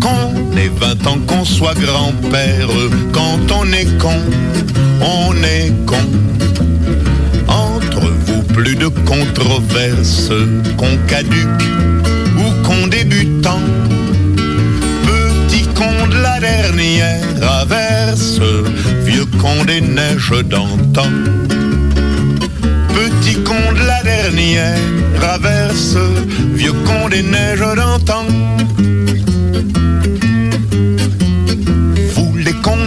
[SPEAKER 5] qu'on ait 20 ans, qu'on soit grand-père, quand on est con, on est con. Entre vous, plus de controverses, qu'on caduque ou qu'on débutant. Petit con de la dernière averse, vieux con des neiges d'antan. Petit con de la dernière averse, vieux con des neiges d'antan. Vous les cons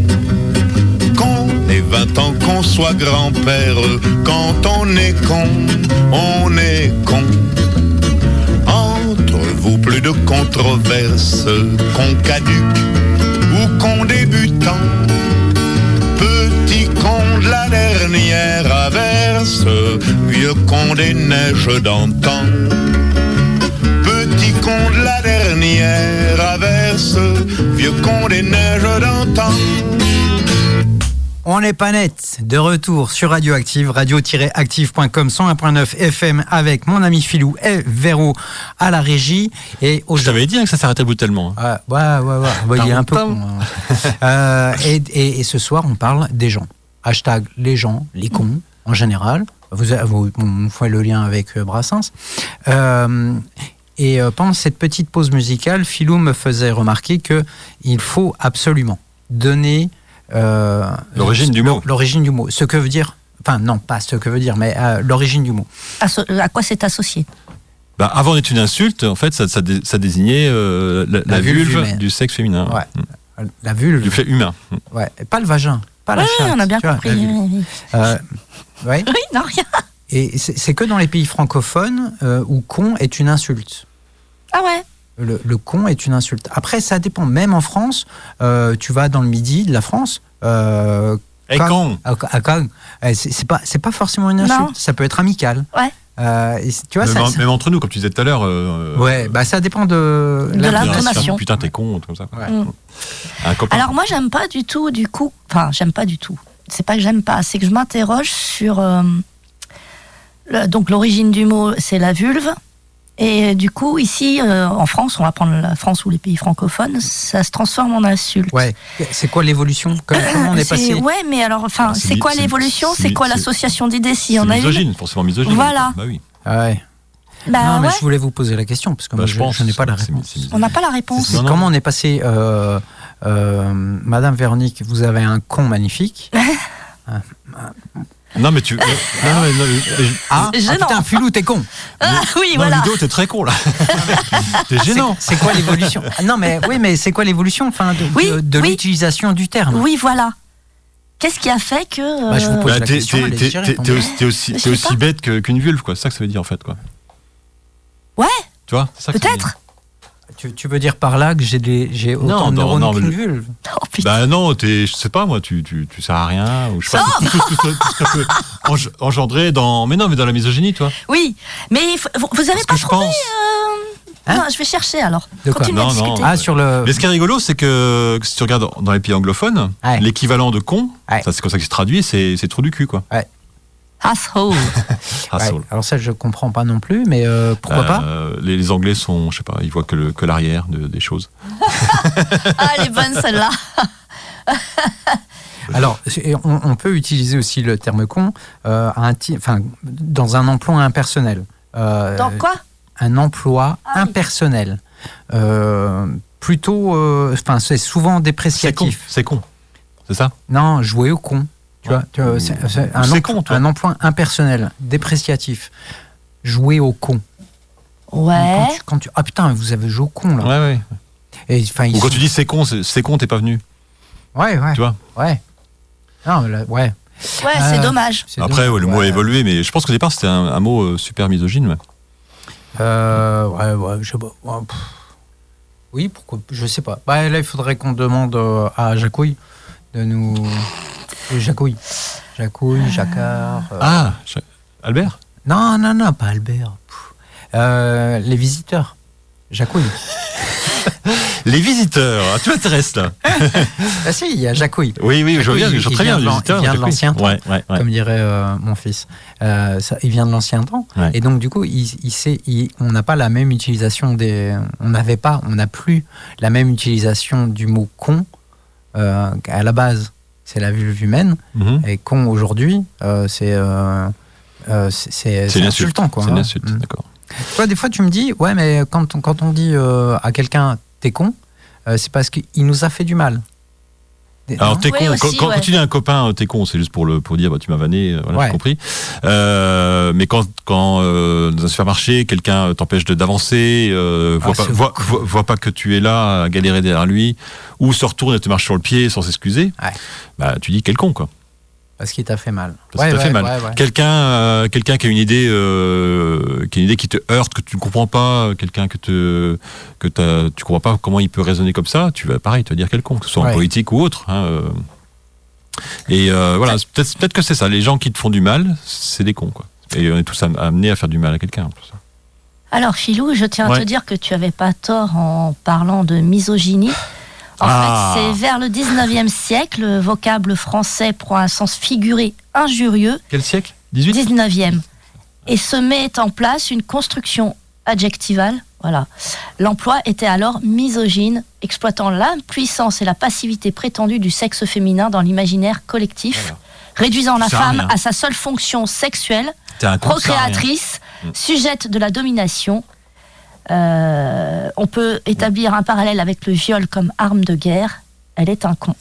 [SPEAKER 5] qu'on ait 20 ans, qu'on soit grand-père. Quand on est con, on est con. Entre vous, plus de controverses, qu'on caduque ou qu'on débutant. Petit con de la dernière averse, vieux con des neiges d'antan. Petit con de la dernière averse, vieux con des neiges d'antan.
[SPEAKER 1] On n'est pas net. De retour sur Radioactive, radio-active.com 101.9 FM avec mon ami Philou et Véro à la régie. Et
[SPEAKER 3] Je
[SPEAKER 1] aujourd'hui.
[SPEAKER 3] t'avais dit hein, que ça s'arrêtait bout tellement. hein.
[SPEAKER 1] Ouais, ouais, ouais, ouais. Bah, il est un peu con. hein. Euh, et, et- et ce soir, on parle des gens. Hashtag les gens, les cons, en général. Vous, vous, on fait le lien avec euh, Brassens. Euh, et euh, pendant cette petite pause musicale, Philou me faisait remarquer que il faut absolument donner euh,
[SPEAKER 3] L'origine du mot.
[SPEAKER 1] l'origine du mot, ce que veut dire. Enfin, non, pas ce que veut dire, mais euh, l'origine du mot.
[SPEAKER 4] Asso- à quoi c'est associé
[SPEAKER 3] Bah, avant d'être une insulte, en fait, ça, ça dé- ça désignait euh, la, la
[SPEAKER 1] vulve
[SPEAKER 3] vulve,
[SPEAKER 1] humaine.
[SPEAKER 3] du sexe féminin. hein.
[SPEAKER 1] Ouais. La vulve,
[SPEAKER 3] Ah. Du fait humain.
[SPEAKER 1] ouais, et pas le vagin, pas la
[SPEAKER 4] Oui,
[SPEAKER 1] chatte,
[SPEAKER 4] on a bien
[SPEAKER 1] tu vois, la
[SPEAKER 4] compris.
[SPEAKER 1] vulve.
[SPEAKER 4] oui, oui.
[SPEAKER 1] Euh, ouais.
[SPEAKER 4] Oui, non, rien.
[SPEAKER 1] Et c'est c'est que dans les pays francophones euh, où con est une insulte.
[SPEAKER 4] Ah ouais,
[SPEAKER 1] Le, le con est une insulte. Après, ça dépend. Même en France, euh, tu vas dans le midi de la France. euh,
[SPEAKER 3] Et
[SPEAKER 1] Quoi
[SPEAKER 3] quand
[SPEAKER 1] à- à Caen, euh, c'est c'est pas, c'est pas forcément une insulte.
[SPEAKER 4] Non.
[SPEAKER 1] Ça peut être amical.
[SPEAKER 4] Ouais.
[SPEAKER 1] Euh, et c'est- tu vois
[SPEAKER 3] même,
[SPEAKER 1] ça.
[SPEAKER 3] en-
[SPEAKER 1] ça-
[SPEAKER 3] même entre nous, comme tu disais tout à l'heure. euh,
[SPEAKER 1] ouais, bah ça dépend de.
[SPEAKER 4] De
[SPEAKER 1] la-
[SPEAKER 3] euh,
[SPEAKER 4] L'intonation.
[SPEAKER 3] Putain, t'es con, comme ça. quoi.
[SPEAKER 1] Ouais.
[SPEAKER 4] Mm.
[SPEAKER 3] Un copain.
[SPEAKER 4] Alors moi j'aime pas du tout du coup, enfin j'aime pas du tout. C'est pas que j'aime pas, c'est que je m'interroge sur euh, le- donc l'origine du mot c'est la vulve. Et euh, du coup ici euh, en France, on va prendre la France ou les pays francophones, ça se transforme en insulte.
[SPEAKER 1] Ouais. C'est quoi l'évolution Comme- Comment on est
[SPEAKER 4] C'est-
[SPEAKER 1] passé
[SPEAKER 4] ouais, mais alors enfin
[SPEAKER 3] Ah, c'est
[SPEAKER 4] c'est
[SPEAKER 3] mi-
[SPEAKER 4] quoi
[SPEAKER 3] c'est-
[SPEAKER 4] l'évolution,
[SPEAKER 3] c'est-
[SPEAKER 4] c'est quoi
[SPEAKER 3] c'est-
[SPEAKER 4] l'association d'idées s'il y
[SPEAKER 3] C'est
[SPEAKER 4] en a
[SPEAKER 3] misogyne,
[SPEAKER 4] une
[SPEAKER 3] forcément misogyne.
[SPEAKER 4] Voilà.
[SPEAKER 3] Bah oui.
[SPEAKER 1] Ouais.
[SPEAKER 4] Bah
[SPEAKER 1] Non, mais
[SPEAKER 4] ouais,
[SPEAKER 1] je voulais vous poser la question parce que
[SPEAKER 3] Bah,
[SPEAKER 1] Ah, moi,
[SPEAKER 3] je
[SPEAKER 1] je,
[SPEAKER 3] pense.
[SPEAKER 1] je n'ai pas la
[SPEAKER 3] C'est-
[SPEAKER 1] réponse.
[SPEAKER 3] c'est misogyne.
[SPEAKER 4] on n'a pas la réponse.
[SPEAKER 1] C'est
[SPEAKER 3] Non, non.
[SPEAKER 1] comment on est passé. euh, euh, Madame Véronique, vous avez un con magnifique. Euh,
[SPEAKER 3] Non, mais tu. Non, non, mais- non, mais- mais-
[SPEAKER 1] Ah,
[SPEAKER 4] C'est
[SPEAKER 1] ah,
[SPEAKER 4] gênant.
[SPEAKER 1] putain, Fulou, t'es con.
[SPEAKER 4] Ah oui,
[SPEAKER 3] non,
[SPEAKER 4] voilà.
[SPEAKER 3] Ludo, t'es très con là. t'es gênant.
[SPEAKER 1] C'est c'est quoi l'évolution Ah, Non, mais oui, mais c'est quoi l'évolution enfin, de,
[SPEAKER 4] Oui,
[SPEAKER 1] de- de
[SPEAKER 4] oui.
[SPEAKER 1] l'utilisation du terme
[SPEAKER 4] Oui, voilà. Qu'est-ce qui a fait que.
[SPEAKER 1] Bah, je vous
[SPEAKER 4] euh,
[SPEAKER 1] pose
[SPEAKER 3] Bah,
[SPEAKER 1] la
[SPEAKER 3] t'es-
[SPEAKER 1] question,
[SPEAKER 3] t'es-
[SPEAKER 1] allez,
[SPEAKER 3] t'es-
[SPEAKER 1] j'y
[SPEAKER 3] t'es-
[SPEAKER 1] réponds.
[SPEAKER 3] T'es aussi, t'es aussi-
[SPEAKER 4] Je
[SPEAKER 3] t'es
[SPEAKER 4] sais
[SPEAKER 3] aussi
[SPEAKER 4] pas.
[SPEAKER 3] bête que- qu'une vulve, quoi. C'est ça que ça veut dire en fait, quoi.
[SPEAKER 4] Ouais,
[SPEAKER 3] Tu vois c'est ça que ça veut dire.
[SPEAKER 4] peut-être.
[SPEAKER 1] Tu, tu veux dire par là que j'ai des- j'ai autant
[SPEAKER 3] Non, non,
[SPEAKER 1] de neurones
[SPEAKER 3] non,
[SPEAKER 1] qu'une
[SPEAKER 3] mais-
[SPEAKER 1] vulve
[SPEAKER 4] Oh putain.
[SPEAKER 3] Bah non, t'es, je sais pas moi, tu, tu, tu sers à rien ou je sais pas.
[SPEAKER 1] Oh
[SPEAKER 3] Tout, tout, tout, tout, tout ce qu'on peut enge- engendrer dans, mais non, mais dans la misogynie, toi.
[SPEAKER 4] Oui, mais f- vous, vous avez
[SPEAKER 3] Ce que
[SPEAKER 4] pas
[SPEAKER 3] je
[SPEAKER 4] trouvé.
[SPEAKER 3] pense.
[SPEAKER 4] euh,
[SPEAKER 1] Hein
[SPEAKER 4] non, je vais chercher alors.
[SPEAKER 1] De quoi
[SPEAKER 4] Continuez à
[SPEAKER 3] Non, non.
[SPEAKER 4] discuter.
[SPEAKER 1] Ah, sur le.
[SPEAKER 3] Mais ce qui est rigolo, c'est que si tu regardes dans les pays anglophones,
[SPEAKER 1] Ouais.
[SPEAKER 3] l'équivalent de con,
[SPEAKER 1] Ouais.
[SPEAKER 3] ça c'est comme ça que se traduit, c'est, c'est trou du cul, quoi.
[SPEAKER 4] Asshole.
[SPEAKER 3] Ah,
[SPEAKER 1] Ouais,
[SPEAKER 3] soul.
[SPEAKER 1] alors ça, je comprends pas non plus, mais euh, pourquoi pas
[SPEAKER 3] Euh, les, les Anglais sont, je sais pas, ils voient que, le, que l'arrière de- des choses.
[SPEAKER 4] ah, elle est bonne celle-là.
[SPEAKER 1] Alors, c'est- on, on peut utiliser aussi le terme con euh, à un ti- enfin, dans un emploi impersonnel. Euh,
[SPEAKER 4] Dans quoi
[SPEAKER 1] un emploi
[SPEAKER 4] Ah oui.
[SPEAKER 1] impersonnel. Euh, plutôt, euh, enfin, c'est souvent
[SPEAKER 3] C'est con.
[SPEAKER 1] dépréciatif.
[SPEAKER 3] C'est con. C'est ça
[SPEAKER 1] Non, jouer au con. Tu
[SPEAKER 3] Ouais.
[SPEAKER 1] vois, tu vois, c'est, c'est
[SPEAKER 3] Ou
[SPEAKER 1] un,
[SPEAKER 3] c'est
[SPEAKER 1] emploi-
[SPEAKER 3] con, toi.
[SPEAKER 1] un emploi impersonnel, dépréciatif. Jouer au con.
[SPEAKER 4] Ouais.
[SPEAKER 1] Quand tu, quand tu- ah putain, vous avez joué au con là.
[SPEAKER 3] Ouais, ouais.
[SPEAKER 1] Et, enfin, ils
[SPEAKER 3] Ou quand
[SPEAKER 1] sont- Ah,
[SPEAKER 3] tu dis c'est con, c'est, c'est con, t'es pas venu.
[SPEAKER 1] ouais, ouais,
[SPEAKER 3] Tu vois
[SPEAKER 1] ouais. Non, là,
[SPEAKER 4] Ouais,
[SPEAKER 1] ouais.
[SPEAKER 4] c'est
[SPEAKER 1] Euh,
[SPEAKER 4] dommage.
[SPEAKER 1] c'est
[SPEAKER 3] Après,
[SPEAKER 1] dommage,
[SPEAKER 3] ouais, le mot a
[SPEAKER 1] ouais.
[SPEAKER 3] évolué, mais je pense qu'au départ, c'était un, un mot euh, super misogyne. ouais.
[SPEAKER 1] Euh, ouais, ouais, je sais pas. Ouais, pff. oui, pourquoi Je sais pas. Bah, là, il faudrait qu'on demande euh, à Jacouille de nous. Euh, Jacouille. Jacouille, Jacquard. euh.
[SPEAKER 3] Ah, je- Albert
[SPEAKER 1] Non, non, non, pas Albert. Pff. Euh, les visiteurs. Jacouille.
[SPEAKER 3] Les visiteurs, ah, tu m'intéresses là.
[SPEAKER 1] ah si, il y a Jacouille.
[SPEAKER 3] Oui, oui, je
[SPEAKER 1] Ah, Oui,
[SPEAKER 3] reviens,
[SPEAKER 1] il-
[SPEAKER 3] je
[SPEAKER 1] il
[SPEAKER 3] très bien,
[SPEAKER 1] vient de
[SPEAKER 3] les
[SPEAKER 1] l'an- il
[SPEAKER 3] visiteurs.
[SPEAKER 1] vient de
[SPEAKER 3] j'ai compris.
[SPEAKER 1] l'ancien temps.
[SPEAKER 3] Ouais, ouais, ouais.
[SPEAKER 1] Comme dirait euh, mon fils. Euh, ça, il vient de l'ancien temps.
[SPEAKER 3] Ouais.
[SPEAKER 1] Et donc, du coup, il, il sait, il- on n'a pas la même utilisation des. On n'avait pas, on n'a plus la même utilisation du mot con euh, à la base. C'est la vulve humaine.
[SPEAKER 3] Mhm.
[SPEAKER 1] Et con aujourd'hui, euh, c'est. euh, euh, c'est- c'est
[SPEAKER 3] C'est
[SPEAKER 1] c'est
[SPEAKER 3] une insulte.
[SPEAKER 1] insultant quoi.
[SPEAKER 3] C'est une
[SPEAKER 1] hein.
[SPEAKER 3] insulte,
[SPEAKER 1] Mm.
[SPEAKER 3] d'accord.
[SPEAKER 1] Toi, des fois, tu me dis, ouais, mais quand on, quand on dit euh, à quelqu'un t'es con, euh, c'est parce qu'il nous a fait du mal. Des- hein,
[SPEAKER 3] Alors
[SPEAKER 1] non
[SPEAKER 3] t'es
[SPEAKER 4] Ouais,
[SPEAKER 3] con,
[SPEAKER 4] aussi,
[SPEAKER 3] quand, quand-
[SPEAKER 4] ouais.
[SPEAKER 3] quand tu dis à un copain euh, t'es con, c'est juste pour, le, pour dire bah, tu m'as vanné, euh, voilà,
[SPEAKER 1] Ouais.
[SPEAKER 3] j'ai compris. Euh, mais quand, quand euh, dans un supermarché, quelqu'un euh, t'empêche de- d'avancer, euh, voit,
[SPEAKER 1] Ah,
[SPEAKER 3] pas-
[SPEAKER 1] c'est-
[SPEAKER 3] voit, voit- voit pas que tu es là à galérer derrière lui, ou se retourne et te marche sur le pied sans s'excuser,
[SPEAKER 1] Ouais.
[SPEAKER 3] bah, tu dis quel con quoi.
[SPEAKER 1] Parce qu'il t'a fait mal.
[SPEAKER 3] Parce que
[SPEAKER 1] Ouais,
[SPEAKER 3] t'as fait
[SPEAKER 1] ouais,
[SPEAKER 3] mal.
[SPEAKER 1] ouais, ouais.
[SPEAKER 3] Quelqu'un euh, quelqu'un qui a une idée euh, qui a une idée qui te heurte, que tu ne comprends pas, euh, quelqu'un que te que t'as- tu comprends pas comment il peut raisonner comme ça, tu vas pareil, te dire quel con, que ce soit
[SPEAKER 1] Ouais.
[SPEAKER 3] en politique ou autre. hein, euh. Et euh, voilà, c'est peut-être peut-être que c'est ça. Les gens qui te font du mal, c'est des cons quoi. Et on est tous am- amenés à faire du mal à quelqu'un. pour ça.
[SPEAKER 4] Alors, Philou, je tiens à
[SPEAKER 3] Ouais.
[SPEAKER 4] te dire que tu avais pas tort en parlant de misogynie. En
[SPEAKER 3] Ah.
[SPEAKER 4] fait, c'est vers le 19e siècle, le vocable français prend un sens figuré injurieux,
[SPEAKER 3] Quel siècle 18
[SPEAKER 4] 19e, et se met en place une construction adjectivale. Voilà. L'emploi était alors misogyne, exploitant l'impuissance et la passivité prétendue du sexe féminin dans l'imaginaire collectif,
[SPEAKER 3] Voilà.
[SPEAKER 4] réduisant la
[SPEAKER 3] Ça sert à
[SPEAKER 4] femme
[SPEAKER 3] rien.
[SPEAKER 4] à sa seule fonction sexuelle
[SPEAKER 3] T'es un con, ça Mm. sert à rien.
[SPEAKER 4] procréatrice, sujette de la domination. Euh, on peut établir un parallèle avec le viol comme arme de guerre. Elle est un con.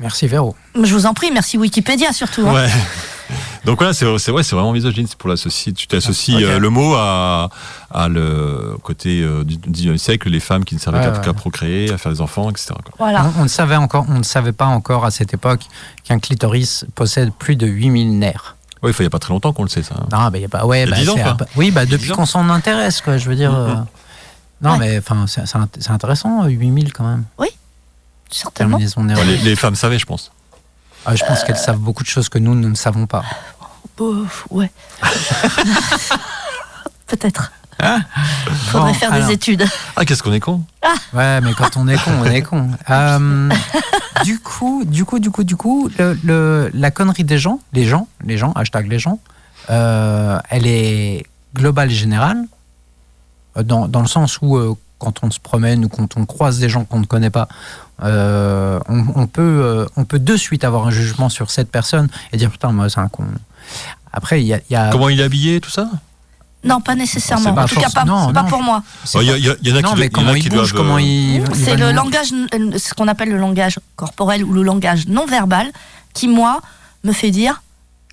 [SPEAKER 1] Merci Véro.
[SPEAKER 4] Je vous en prie, merci Wikipédia surtout. hein.
[SPEAKER 3] Ouais. Donc voilà, c'est c'est ouais, c'est vraiment misogyne. C'est pour l'associer. Tu t'associes
[SPEAKER 1] Ok.
[SPEAKER 3] euh, le mot à, à le côté euh, du 19e siècle, les femmes qui ne servaient
[SPEAKER 1] Ouais,
[SPEAKER 3] qu'à
[SPEAKER 1] ouais.
[SPEAKER 3] qu'à procréer, à faire des enfants, etc. quoi.
[SPEAKER 4] Voilà.
[SPEAKER 1] Hein, On, on ne savait encore, on ne savait pas encore à cette époque qu'un clitoris possède plus de 8000 nerfs.
[SPEAKER 3] Ouais, il n'y a pas très longtemps qu'on le sait, ça. hein.
[SPEAKER 1] Ah, bah, y a pas, ouais,
[SPEAKER 3] Il y a
[SPEAKER 1] bah,
[SPEAKER 3] 10 ans,
[SPEAKER 1] c'est-
[SPEAKER 3] quoi.
[SPEAKER 1] oui, bah,
[SPEAKER 3] Il y a
[SPEAKER 1] depuis
[SPEAKER 3] 10 ans. Mm-hmm.
[SPEAKER 1] qu'on s'en intéresse, quoi, je veux dire. euh, non,
[SPEAKER 4] Ouais.
[SPEAKER 1] mais enfin, c'est c'est int- c'est intéressant, euh, 8000 quand même.
[SPEAKER 4] Certainement.
[SPEAKER 1] Terminaison
[SPEAKER 3] Enfin, les,
[SPEAKER 1] nerveuse.
[SPEAKER 3] les femmes savaient, je pense.
[SPEAKER 1] Ah, je pense qu'elles savent beaucoup de choses que nous, nous ne savons pas.
[SPEAKER 4] Bof, ouais. Peut-être. Faudrait
[SPEAKER 1] Bon,
[SPEAKER 4] faire
[SPEAKER 1] alors.
[SPEAKER 4] des études.
[SPEAKER 3] Ah, qu'est-ce qu'on est con
[SPEAKER 1] Ouais, mais quand on est con, on est con. Euh, du coup, du coup, du coup, du coup, le, le- la connerie des gens, les gens, les gens, hashtag les gens, euh, elle est globale et générale, euh, dans, dans le sens où euh, quand on se promène ou quand on croise des gens qu'on ne connaît pas, euh, on, on peut, euh, on peut de suite avoir un jugement sur cette personne et dire putain, moi, c'est un con. Après, il y a. il y a-
[SPEAKER 3] Comment il est habillé, tout ça
[SPEAKER 4] Non, pas
[SPEAKER 1] C'est
[SPEAKER 4] nécessairement.
[SPEAKER 1] pas
[SPEAKER 4] en tout cas, pas,
[SPEAKER 1] forcément- non,
[SPEAKER 4] pas
[SPEAKER 1] non.
[SPEAKER 4] pour moi.
[SPEAKER 1] c'est
[SPEAKER 3] Oh, Il y,
[SPEAKER 1] pas-
[SPEAKER 3] a- y a- y en a
[SPEAKER 1] non,
[SPEAKER 3] qui,
[SPEAKER 1] mais
[SPEAKER 3] y en a
[SPEAKER 1] comment
[SPEAKER 3] qui
[SPEAKER 1] ils
[SPEAKER 3] doivent.
[SPEAKER 1] bougent, comment
[SPEAKER 3] euh,
[SPEAKER 1] ils. ils
[SPEAKER 4] C'est
[SPEAKER 1] vont
[SPEAKER 4] le
[SPEAKER 1] nous-
[SPEAKER 4] langage, euh, ce qu'on appelle le langage corporel ou le langage non verbal, qui moi me fait dire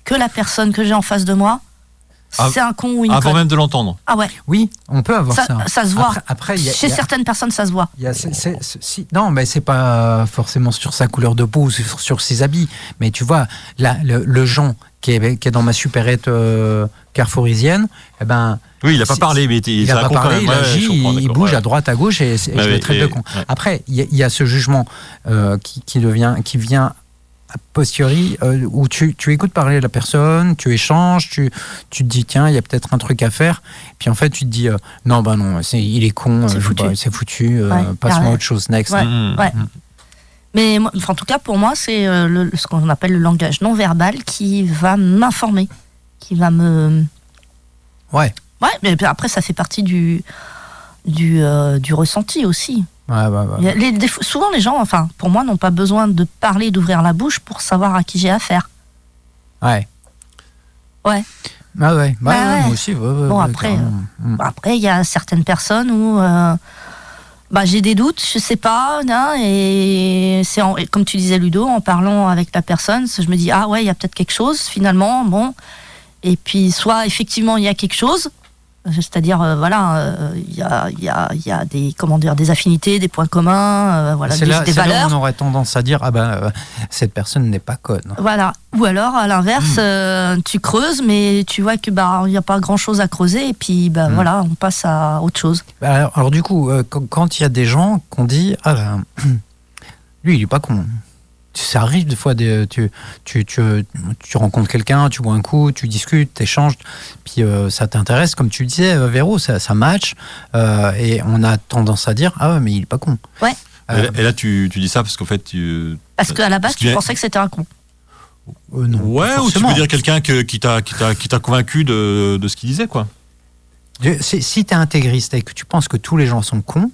[SPEAKER 4] que la personne que j'ai en face de moi,
[SPEAKER 3] Ah,
[SPEAKER 4] c'est un con ou une
[SPEAKER 3] Avant
[SPEAKER 4] conne.
[SPEAKER 3] même de l'entendre.
[SPEAKER 4] Ah ouais,
[SPEAKER 1] Oui, on peut avoir
[SPEAKER 4] ça,
[SPEAKER 1] ça.
[SPEAKER 4] ça se voit.
[SPEAKER 1] Après- Après, il y a-
[SPEAKER 4] Chez
[SPEAKER 1] il y a-
[SPEAKER 4] certaines personnes, ça se voit.
[SPEAKER 1] il y a- c'est- c'est- c'est- si- non, mais c'est pas forcément sur sa couleur de peau ou sur, sur ses habits. Mais tu vois, là, le, le Jean qui est, qui est dans ma supérette euh, carrefourisienne, eh ben,
[SPEAKER 3] Oui, il a pas
[SPEAKER 1] C'est-
[SPEAKER 3] parlé, mais il était-
[SPEAKER 1] il
[SPEAKER 3] c'est
[SPEAKER 1] a
[SPEAKER 3] un
[SPEAKER 1] pas
[SPEAKER 3] con quand
[SPEAKER 1] parlé,
[SPEAKER 3] même.
[SPEAKER 1] il
[SPEAKER 3] Ouais,
[SPEAKER 1] agit,
[SPEAKER 3] je comprends,
[SPEAKER 1] il
[SPEAKER 3] d'accord,
[SPEAKER 1] bouge
[SPEAKER 3] ouais.
[SPEAKER 1] à droite, à gauche, et, c'est- et
[SPEAKER 3] Ouais,
[SPEAKER 1] je
[SPEAKER 3] ouais,
[SPEAKER 1] le traite
[SPEAKER 3] et-
[SPEAKER 1] de con.
[SPEAKER 3] ouais.
[SPEAKER 1] Après, il y, a- il y a ce jugement euh, qui, qui devient, qui vient a posteriori, euh, où tu, tu écoutes parler la personne, tu échanges, tu, tu te dis, tiens, il y a peut-être un truc à faire. Puis en fait, tu te dis, euh, non, ben non, c'est- il est con, euh,
[SPEAKER 4] C'est
[SPEAKER 1] je sais
[SPEAKER 4] foutu.
[SPEAKER 1] pas, c'est foutu, euh,
[SPEAKER 4] Ouais,
[SPEAKER 1] passe-moi
[SPEAKER 4] ouais.
[SPEAKER 1] autre chose, next.
[SPEAKER 4] Ouais.
[SPEAKER 3] Mmh.
[SPEAKER 4] Ouais.
[SPEAKER 1] Mm.
[SPEAKER 4] Mais moi- enfin, en tout cas, pour moi, c'est euh, le- ce qu'on appelle le langage non verbal qui va m'informer, qui va me.
[SPEAKER 1] Ouais.
[SPEAKER 4] Ouais, mais après, ça fait partie du, du, euh, du ressenti aussi.
[SPEAKER 1] Ouais, ouais, ouais.
[SPEAKER 4] Il y a les défauts- souvent, les gens, enfin, pour moi, n'ont pas besoin de parler, d'ouvrir la bouche pour savoir à qui j'ai affaire.
[SPEAKER 1] Ouais.
[SPEAKER 4] Ouais.
[SPEAKER 1] Ah ouais, ouais,
[SPEAKER 4] Bah
[SPEAKER 1] ouais,
[SPEAKER 4] ouais.
[SPEAKER 1] moi aussi. ouais, ouais,
[SPEAKER 4] Bon,
[SPEAKER 1] ouais,
[SPEAKER 4] après,
[SPEAKER 1] carrément. Mm.
[SPEAKER 4] Après, il y a certaines personnes où euh, bah, j'ai des doutes, je sais pas, hein, et c'est en- et comme tu disais Ludo, en parlant avec la personne, je me dis ah ouais, il y a peut-être quelque chose finalement, bon, et puis soit effectivement il y a quelque chose, euh, c'est-à-dire euh, voilà, euh, il y, a, il y a- il y a des comment dire, des affinités, des points communs, euh, voilà,
[SPEAKER 1] c'est
[SPEAKER 4] des,
[SPEAKER 1] là,
[SPEAKER 4] des
[SPEAKER 1] c'est là où
[SPEAKER 4] valeurs.
[SPEAKER 1] on aurait tendance à dire, ah ben, euh, cette personne n'est pas conne.
[SPEAKER 4] Voilà. Ou alors, à
[SPEAKER 1] Hmm.
[SPEAKER 4] l'inverse, euh, tu creuses, mais tu vois que bah il n'y a pas grand-chose à creuser, et puis bah
[SPEAKER 1] Mm.
[SPEAKER 4] voilà, on passe à autre chose.
[SPEAKER 1] Bah, Alors, alors, du coup, euh, quand- quand il y a des gens qu'on dit, ah là, lui, il est pas con. Ça arrive des fois, des- tu, tu, tu, tu rencontres quelqu'un, tu bois un coup, tu discutes, tu échanges, puis euh, ça t'intéresse, comme tu disais, euh, Véro, ça, ça match, euh, et on a tendance à dire, ah ouais, mais il est pas con.
[SPEAKER 4] Ouais.
[SPEAKER 3] Et
[SPEAKER 1] Euh,
[SPEAKER 3] là- Et là, tu, tu dis ça parce qu'en fait, tu...
[SPEAKER 4] Parce qu'à la base,
[SPEAKER 3] Parce qu'il
[SPEAKER 4] tu
[SPEAKER 3] y a-
[SPEAKER 4] pensais que c'était un con.
[SPEAKER 1] euh, non,
[SPEAKER 3] ouais,
[SPEAKER 1] pas
[SPEAKER 3] ou tu
[SPEAKER 1] forcément.
[SPEAKER 3] peux dire quelqu'un que- qui t'a qui t'a- qui t'a convaincu de, de ce qu'il disait, quoi.
[SPEAKER 1] Je- Si, si tu es intégriste et que tu penses que tous les gens sont cons,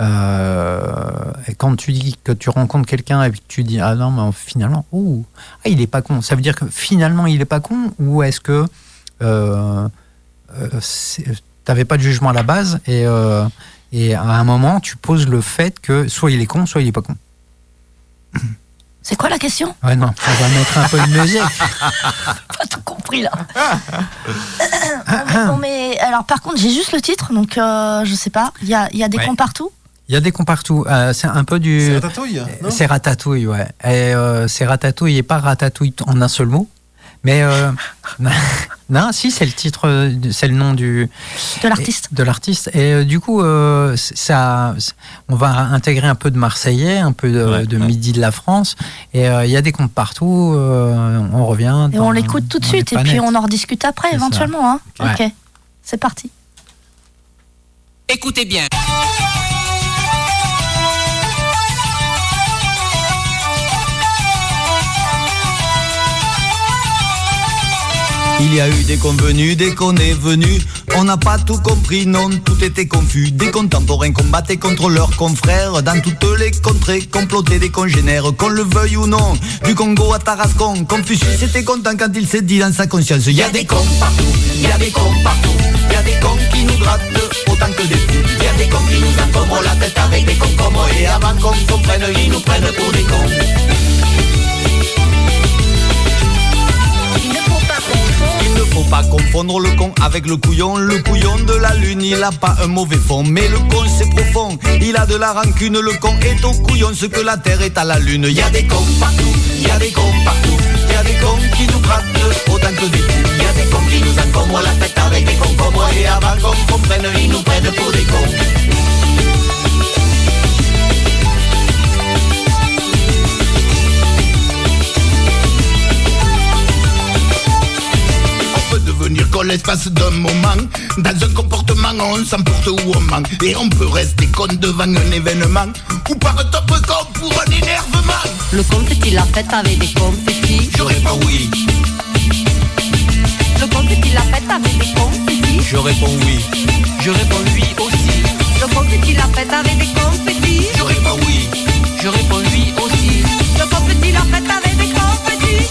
[SPEAKER 1] euh, et quand tu dis que tu rencontres quelqu'un et puis que tu dis ah non mais finalement ouh, ah, il est pas con, ça veut dire que finalement il est pas con ou est-ce que euh, euh, c'est- t'avais pas de jugement à la base et euh, et à un moment tu poses le fait que soit il est con soit il est pas con.
[SPEAKER 4] C'est quoi la question
[SPEAKER 1] Ouais non, on va mettre un peu de musique.
[SPEAKER 4] Pas tout compris là. non, mais alors par contre, j'ai juste le titre, donc euh, je sais pas. Il y a, il y a des
[SPEAKER 3] Ouais.
[SPEAKER 4] cons partout.
[SPEAKER 1] Il y a des cons partout, Euh, c'est un peu du Euh,
[SPEAKER 6] ratatouille. non
[SPEAKER 1] C'est ratatouille, ouais. Et euh, c'est ratatouille et pas ratatouille t- en un seul mot. Mais euh, non, si c'est le titre, euh, c'est le nom du
[SPEAKER 4] De l'artiste.
[SPEAKER 1] de l'artiste. Et euh, du coup, euh, c- ça, c- on va intégrer un peu de Marseillais, un peu de,
[SPEAKER 3] Ouais,
[SPEAKER 1] de
[SPEAKER 3] ouais.
[SPEAKER 1] midi de la France. Et euh, il y a des comptes partout. euh, on revient.
[SPEAKER 4] Et on l'écoute tout de suite, et puis on en rediscute après,
[SPEAKER 1] C'est ça.
[SPEAKER 4] éventuellement. Hein.
[SPEAKER 1] Ok.
[SPEAKER 4] ok, c'est parti.
[SPEAKER 7] Écoutez bien.
[SPEAKER 6] Il y a eu des convenus, des qu'on est venu. On n'a pas tout compris, non, tout était confus. Des contemporains combattaient contre leurs confrères. Dans toutes les contrées, complotaient des congénères, qu'on le veuille ou non. Du Congo à Tarascon, Confucius était content quand il s'est dit dans sa conscience. Il y a des cons partout, il y a des cons partout. Il y a des cons qui nous grattent autant que des fous. Il y a des cons qui nous encombrent la tête avec des concombres. Et avant qu'on comprenne, ils nous prennent pour des cons. Il ne faut pas confondre le con avec le couillon. Le couillon de la lune, il a pas un mauvais fond. Mais le con, c'est profond. Il a de la rancune. Le con est au couillon, ce que la terre est à la lune. Il y a des cons partout, il y a des cons partout. Il y a des cons qui nous grattent autant que des fous. Il y a des cons qui nous encombrent la tête avec des concombres. Et avant qu'on comprenne, ils nous prennent pour des cons.
[SPEAKER 5] On peut devenir con l'espace d'un moment. Dans un comportement, on s'emporte ou on manque. Et on peut rester con devant un événement. Ou par top con pour un énervement.
[SPEAKER 8] Le confetti, la fête avec des confettis.
[SPEAKER 5] Je réponds oui,
[SPEAKER 8] Le confetti, la fête avec des confettis.
[SPEAKER 6] Je réponds oui.
[SPEAKER 7] Je réponds lui aussi.
[SPEAKER 8] Le confetti, la fête avec des confettis.
[SPEAKER 5] je réponds oui.
[SPEAKER 7] Je réponds lui aussi.
[SPEAKER 8] Le confetti, la fête avec des confettis.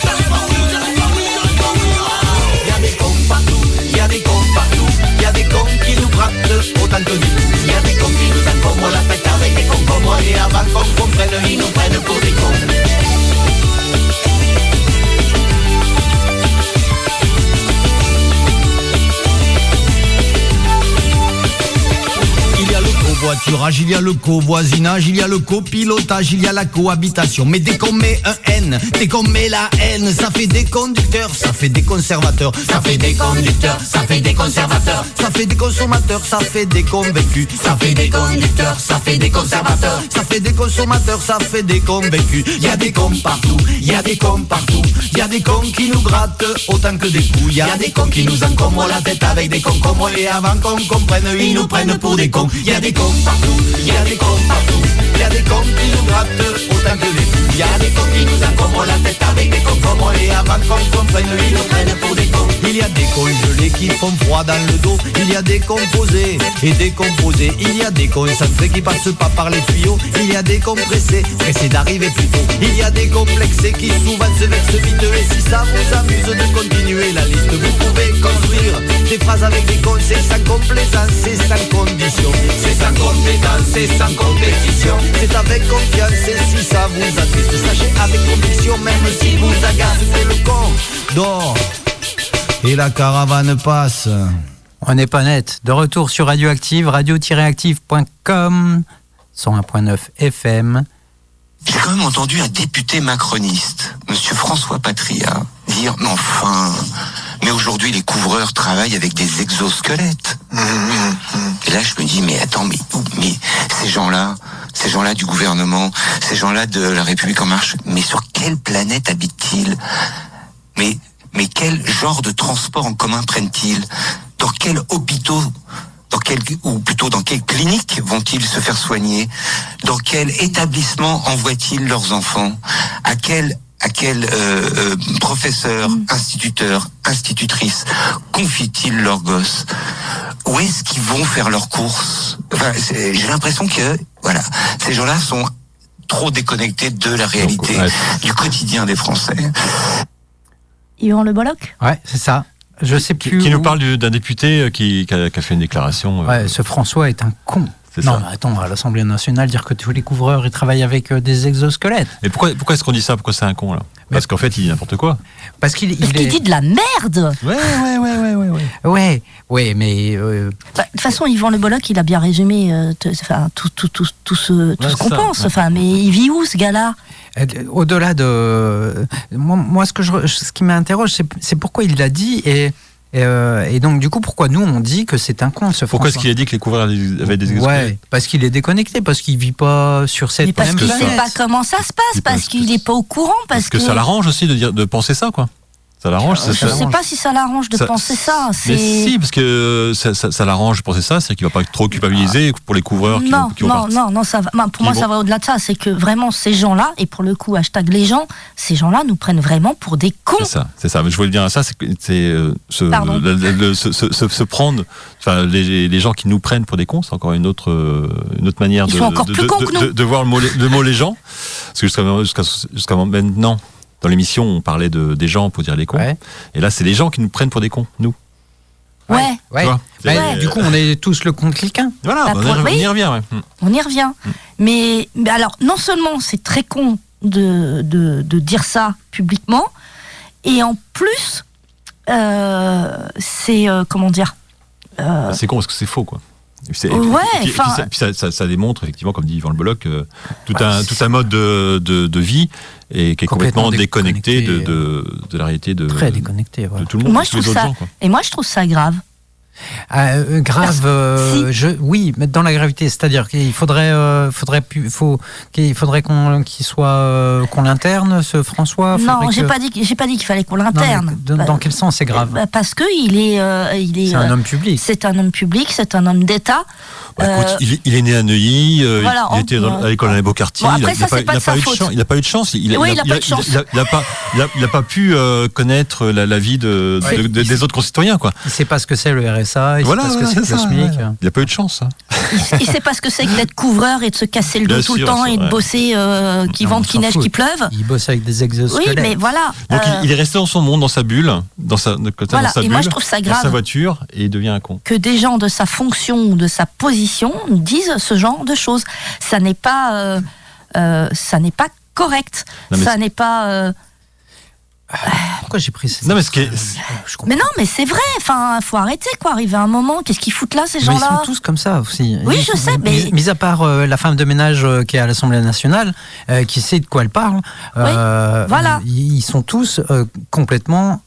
[SPEAKER 6] Il y a des cons partout, il y a des cons partout. Il y a des cons qui nous grattent autant que des fous. Il y a des cons qui nous encombrent la tête avec des concombres. Et avant qu'on comprenne, ils nous prennent pour des cons. covoiturage, il y a le covoisinage, il y a le copilotage, il y a la cohabitation. Mais dès qu'on met un N, dès qu'on met la haine, ça fait des conducteurs, ça fait des conservateurs, ça fait des conducteurs, ça fait des conservateurs, ça fait des consommateurs, ça fait des convaincus, ça fait des conducteurs, ça fait des conservateurs, ça fait des consommateurs, ça fait des convaincus. Il y a des cons partout, il y a des cons partout, il y a des cons qui nous grattent autant que des couilles, il y a des cons qui nous encombrent la tête avec des concombres et avant qu'on comprenne, ils nous prennent pour des cons. Il y a des cons partout, il y a des cons partout, il y a des cons qui nous grattent autant que des couilles, il y a des cons qui nous encombrent la tête avec des concombres et avant qu'on comprenne, ils nous prennent pour des cons. Il y a des cons gelés qui font froid dans le dos, il y a des cons posés et décomposés, il y a des cons concentrés qui passent pas par les tuyaux, il y a des cons pressés, pressés d'arriver plus tôt, il y a des complexés qui souvent se versent vite et si ça vous amuse de continuer la liste, vous pouvez construire des phrases avec des cons, c'est sans complaisance, c'est sans condition, c'est sans compétence, c'est sans compétition, c'est avec confiance et si ça vous attriste, sachez avec conviction, même si vous agace que le con dort et la caravane passe.
[SPEAKER 1] On n'est pas net. De retour sur Radioactive, radio-active.com, 101.9 FM.
[SPEAKER 9] J'ai quand même entendu un député macroniste, Monsieur François Patria, dire Mais enfin, mais aujourd'hui les couvreurs travaillent avec des exosquelettes. Et là je me dis Mais attends, mais, où- mais ces gens-là, ces gens-là du gouvernement, ces gens-là de la République en marche, mais sur quelle planète habitent-ils mais, mais quel genre de transport en commun prennent-ils Dans quels hôpitaux dans quel, ou plutôt dans quelle clinique vont-ils se faire soigner Dans quel établissement envoient-ils leurs enfants À quel, à quel euh, euh, professeur, instituteur, institutrice confient-ils leurs gosses Où est-ce qu'ils vont faire leurs courses Enfin, c'est- J'ai l'impression que voilà, ces gens-là sont trop déconnectés de la réalité,
[SPEAKER 3] ouais.
[SPEAKER 9] du quotidien des Français.
[SPEAKER 4] Yvan Le Bolloc
[SPEAKER 1] Ouais, c'est ça. Je sais
[SPEAKER 3] Qui,
[SPEAKER 1] plus.
[SPEAKER 3] qui
[SPEAKER 1] où.
[SPEAKER 3] nous parle du- d'un député euh, qui, qui a, qui a fait une déclaration. euh,
[SPEAKER 1] Ouais, ce François est un con.
[SPEAKER 3] C'est
[SPEAKER 1] Non,
[SPEAKER 3] ça.
[SPEAKER 1] mais attends, à l'Assemblée nationale, dire que tous les couvreurs ils travaillent avec euh, des exosquelettes.
[SPEAKER 3] Et pourquoi, pourquoi est-ce qu'on dit ça Pourquoi c'est un con là Parce qu'en fait, il dit n'importe quoi.
[SPEAKER 1] Parce qu'il
[SPEAKER 4] Parce
[SPEAKER 1] il
[SPEAKER 4] qu'il
[SPEAKER 1] est.
[SPEAKER 4] dit de la merde
[SPEAKER 3] Ouais, ouais, ouais, ouais, ouais.
[SPEAKER 1] Ouais, ouais, mais. euh,
[SPEAKER 4] Bah, De toute façon, Yvan Le Bolloc, il a bien résumé euh, te- enfin, tout, tout, tout, tout ce, tout
[SPEAKER 3] Ouais,
[SPEAKER 4] ce qu'on
[SPEAKER 3] ça,
[SPEAKER 4] pense.
[SPEAKER 3] ouais.
[SPEAKER 4] Enfin, mais il vit où ce gars-là
[SPEAKER 1] Euh, Au-delà de moi, moi, ce que je, ce qui m'interroge, c'est c'est pourquoi il l'a dit et et, euh, et donc du coup pourquoi nous on dit que c'est un con ce
[SPEAKER 3] Pourquoi est-ce
[SPEAKER 1] François.
[SPEAKER 3] qu'il a dit que les couvreurs avaient des exosquelettes
[SPEAKER 1] Ouais, parce qu'il est déconnecté, parce qu'il vit pas sur cette
[SPEAKER 4] Mais parce
[SPEAKER 1] même
[SPEAKER 4] qu'il
[SPEAKER 3] que
[SPEAKER 4] sait
[SPEAKER 1] planète.
[SPEAKER 4] pas comment ça se passe,
[SPEAKER 3] Il
[SPEAKER 4] parce
[SPEAKER 3] pense
[SPEAKER 4] qu'il
[SPEAKER 3] que-
[SPEAKER 4] n'est pas au courant, parce que.
[SPEAKER 3] que ça l'arrange aussi de, dire, de penser ça, quoi. Ça l'arrange, ça,
[SPEAKER 4] Ah, Je
[SPEAKER 3] ça-
[SPEAKER 1] l'arrange.
[SPEAKER 4] sais pas si ça l'arrange de
[SPEAKER 3] Ça-
[SPEAKER 4] penser ça.
[SPEAKER 3] Mais
[SPEAKER 4] c'est-
[SPEAKER 3] si, parce que ça, ça, ça l'arrange de penser ça, c'est qu'il va pas trop culpabiliser pour les couvreurs qui
[SPEAKER 4] non,
[SPEAKER 3] vont, qui vont
[SPEAKER 4] non,
[SPEAKER 3] partir.
[SPEAKER 4] non, non, ça va. bah, pour
[SPEAKER 3] Ils
[SPEAKER 4] moi,
[SPEAKER 3] vont-
[SPEAKER 4] ça va au-delà de ça. C'est que vraiment, ces gens-là, et pour le coup, hashtag les gens, ces gens-là nous prennent vraiment pour des cons.
[SPEAKER 3] C'est ça, c'est ça. Mais Je voulais dire à ça, c'est que c'est euh, se,
[SPEAKER 4] Pardon.
[SPEAKER 3] le- le- le- se, se- se- se prendre, enfin les, les gens qui nous prennent pour des cons, c'est encore une autre euh, une autre manière
[SPEAKER 4] Ils
[SPEAKER 3] de,
[SPEAKER 4] sont encore
[SPEAKER 3] de,
[SPEAKER 4] plus
[SPEAKER 3] de-
[SPEAKER 4] cons
[SPEAKER 3] de-
[SPEAKER 4] que nous.
[SPEAKER 3] de- de voir le mot, le mot les gens. Parce que jusqu'à jusqu'à jusqu'à maintenant, dans l'émission, on parlait de, des gens pour dire les cons,
[SPEAKER 1] Ouais.
[SPEAKER 3] et là c'est les gens qui nous prennent pour des cons, nous.
[SPEAKER 4] Ouais,
[SPEAKER 1] Ouais.
[SPEAKER 3] Tu vois
[SPEAKER 1] Bah,
[SPEAKER 3] Ouais.
[SPEAKER 1] Du coup, on est tous le con de quelqu'un.
[SPEAKER 3] Voilà,
[SPEAKER 4] Bah,
[SPEAKER 3] bah,
[SPEAKER 4] pour-
[SPEAKER 3] on y
[SPEAKER 4] oui.
[SPEAKER 3] revient. ouais.
[SPEAKER 4] on y revient.
[SPEAKER 3] Mm.
[SPEAKER 4] Mais, mais alors, non seulement c'est très con de, de, de dire ça publiquement, et en plus, euh, c'est. euh, comment dire euh,
[SPEAKER 3] Ah, C'est con parce que c'est faux, quoi. Et puis c'est- et puis-
[SPEAKER 4] Ouais,
[SPEAKER 3] et puis- et puis
[SPEAKER 4] enfin-
[SPEAKER 3] ça- puis ça, ça- ça démontre effectivement, comme dit Yvan Le Bolloc, euh, tout,
[SPEAKER 4] Ouais,
[SPEAKER 3] un,
[SPEAKER 4] c'est-
[SPEAKER 3] tout un mode de, de- de vie et qui est complètement,
[SPEAKER 1] Complètement
[SPEAKER 3] déconnecté,
[SPEAKER 1] déconnecté, euh,
[SPEAKER 3] de, de- de la réalité de,
[SPEAKER 1] Très déconnecté.
[SPEAKER 3] de
[SPEAKER 1] Voilà.
[SPEAKER 3] Euh, tout le monde.
[SPEAKER 4] Moi,
[SPEAKER 3] de
[SPEAKER 4] je
[SPEAKER 3] tous les
[SPEAKER 4] trouve
[SPEAKER 3] autres
[SPEAKER 4] ça-
[SPEAKER 3] gens, quoi.
[SPEAKER 4] Et moi, je trouve ça grave.
[SPEAKER 1] Ah, euh, grave, euh, je, oui, mais dans la gravité, c'est-à-dire qu'il faudrait, euh, faudrait, pu- faut, qu'il faudrait qu'on, qu'il soit, euh, qu'on l'interne, ce François. faudrait
[SPEAKER 4] non, j'ai
[SPEAKER 1] que-
[SPEAKER 4] pas dit, que- j'ai pas dit qu'il fallait qu'on
[SPEAKER 1] Ah, euh, Non, mais
[SPEAKER 4] l'interne.
[SPEAKER 1] dans,
[SPEAKER 4] Bah,
[SPEAKER 1] dans quel sens c'est grave
[SPEAKER 4] bah, Parce que il est, euh, il est.
[SPEAKER 1] C'est un
[SPEAKER 4] euh,
[SPEAKER 1] homme public.
[SPEAKER 4] C'est un homme public, c'est un homme d'État.
[SPEAKER 3] Bah, écoute,
[SPEAKER 4] Euh,
[SPEAKER 3] il, il est né à Neuilly, euh, il-
[SPEAKER 4] voilà,
[SPEAKER 3] il
[SPEAKER 4] en-
[SPEAKER 3] était dans-
[SPEAKER 4] euh,
[SPEAKER 3] à l'école Alain Beaucartier,
[SPEAKER 4] Bon,
[SPEAKER 3] il a-
[SPEAKER 4] après,
[SPEAKER 3] il
[SPEAKER 4] ça,
[SPEAKER 3] a pas-
[SPEAKER 4] c'est
[SPEAKER 3] il
[SPEAKER 4] pas
[SPEAKER 3] a
[SPEAKER 4] de sa
[SPEAKER 3] pas eu de
[SPEAKER 4] faute.
[SPEAKER 3] chance. Il n'a pas eu de chance. Il
[SPEAKER 4] Oui, il a pas eu de
[SPEAKER 3] il a-
[SPEAKER 4] chance.
[SPEAKER 3] il a- il a pas- il a- il a pas pu euh, connaître la, la vie de, de-
[SPEAKER 1] Ouais.
[SPEAKER 3] de- des autres concitoyens. Quoi.
[SPEAKER 1] Il sait pas ce que c'est le RSA, il
[SPEAKER 3] Voilà,
[SPEAKER 1] sait
[SPEAKER 3] voilà,
[SPEAKER 1] pas ce que
[SPEAKER 3] c'est
[SPEAKER 1] c'est
[SPEAKER 3] ça,
[SPEAKER 1] que le SMIC.
[SPEAKER 3] ouais. Il n'a pas eu de chance. hein.
[SPEAKER 4] Il- Il sait pas ce que c'est que d'être couvreur et de se casser le dos
[SPEAKER 3] Bien
[SPEAKER 4] tout le
[SPEAKER 3] sûr,
[SPEAKER 4] temps
[SPEAKER 3] c'est
[SPEAKER 4] et de
[SPEAKER 3] vrai.
[SPEAKER 4] bosser euh, qui
[SPEAKER 1] Non,
[SPEAKER 4] vente,
[SPEAKER 1] on
[SPEAKER 4] qui
[SPEAKER 1] s'en
[SPEAKER 4] neige,
[SPEAKER 1] fout.
[SPEAKER 4] qui pleuve.
[SPEAKER 1] Il bosse avec des
[SPEAKER 4] Oui,
[SPEAKER 1] exosquelettes.
[SPEAKER 4] mais voilà.
[SPEAKER 3] Donc
[SPEAKER 4] euh,
[SPEAKER 3] il, il est resté dans son monde, dans sa bulle, dans sa, dans
[SPEAKER 4] Voilà,
[SPEAKER 3] sa
[SPEAKER 4] et
[SPEAKER 3] bulle,
[SPEAKER 4] moi, je trouve ça
[SPEAKER 3] dans sa
[SPEAKER 4] grave.
[SPEAKER 3] voiture, et il devient un con.
[SPEAKER 4] que des gens de sa fonction ou de sa position disent ce genre de choses. Ça n'est pas, euh, euh, ça n'est pas correct.
[SPEAKER 3] Non, mais
[SPEAKER 4] ça
[SPEAKER 3] c'est-
[SPEAKER 4] n'est pas. euh,
[SPEAKER 1] Pourquoi j'ai pris cette
[SPEAKER 3] Non, mais ce qui est-
[SPEAKER 1] Je comprends.
[SPEAKER 4] Mais non, mais c'est vrai. Enfin, faut arrêter quoi. Arriver à un moment, qu'est-ce qu'ils foutent là ces
[SPEAKER 1] Mais ils sont
[SPEAKER 4] gens-là
[SPEAKER 1] tous comme ça aussi.
[SPEAKER 4] Oui,
[SPEAKER 1] Ils
[SPEAKER 4] je
[SPEAKER 1] sont-
[SPEAKER 4] sais,
[SPEAKER 1] mis-
[SPEAKER 4] mais-
[SPEAKER 1] Mis à part euh, la femme de ménage euh, qui est à l'Assemblée nationale, euh, qui sait de quoi elle parle, euh,
[SPEAKER 4] voilà.
[SPEAKER 1] ils ils sont tous euh, complètement.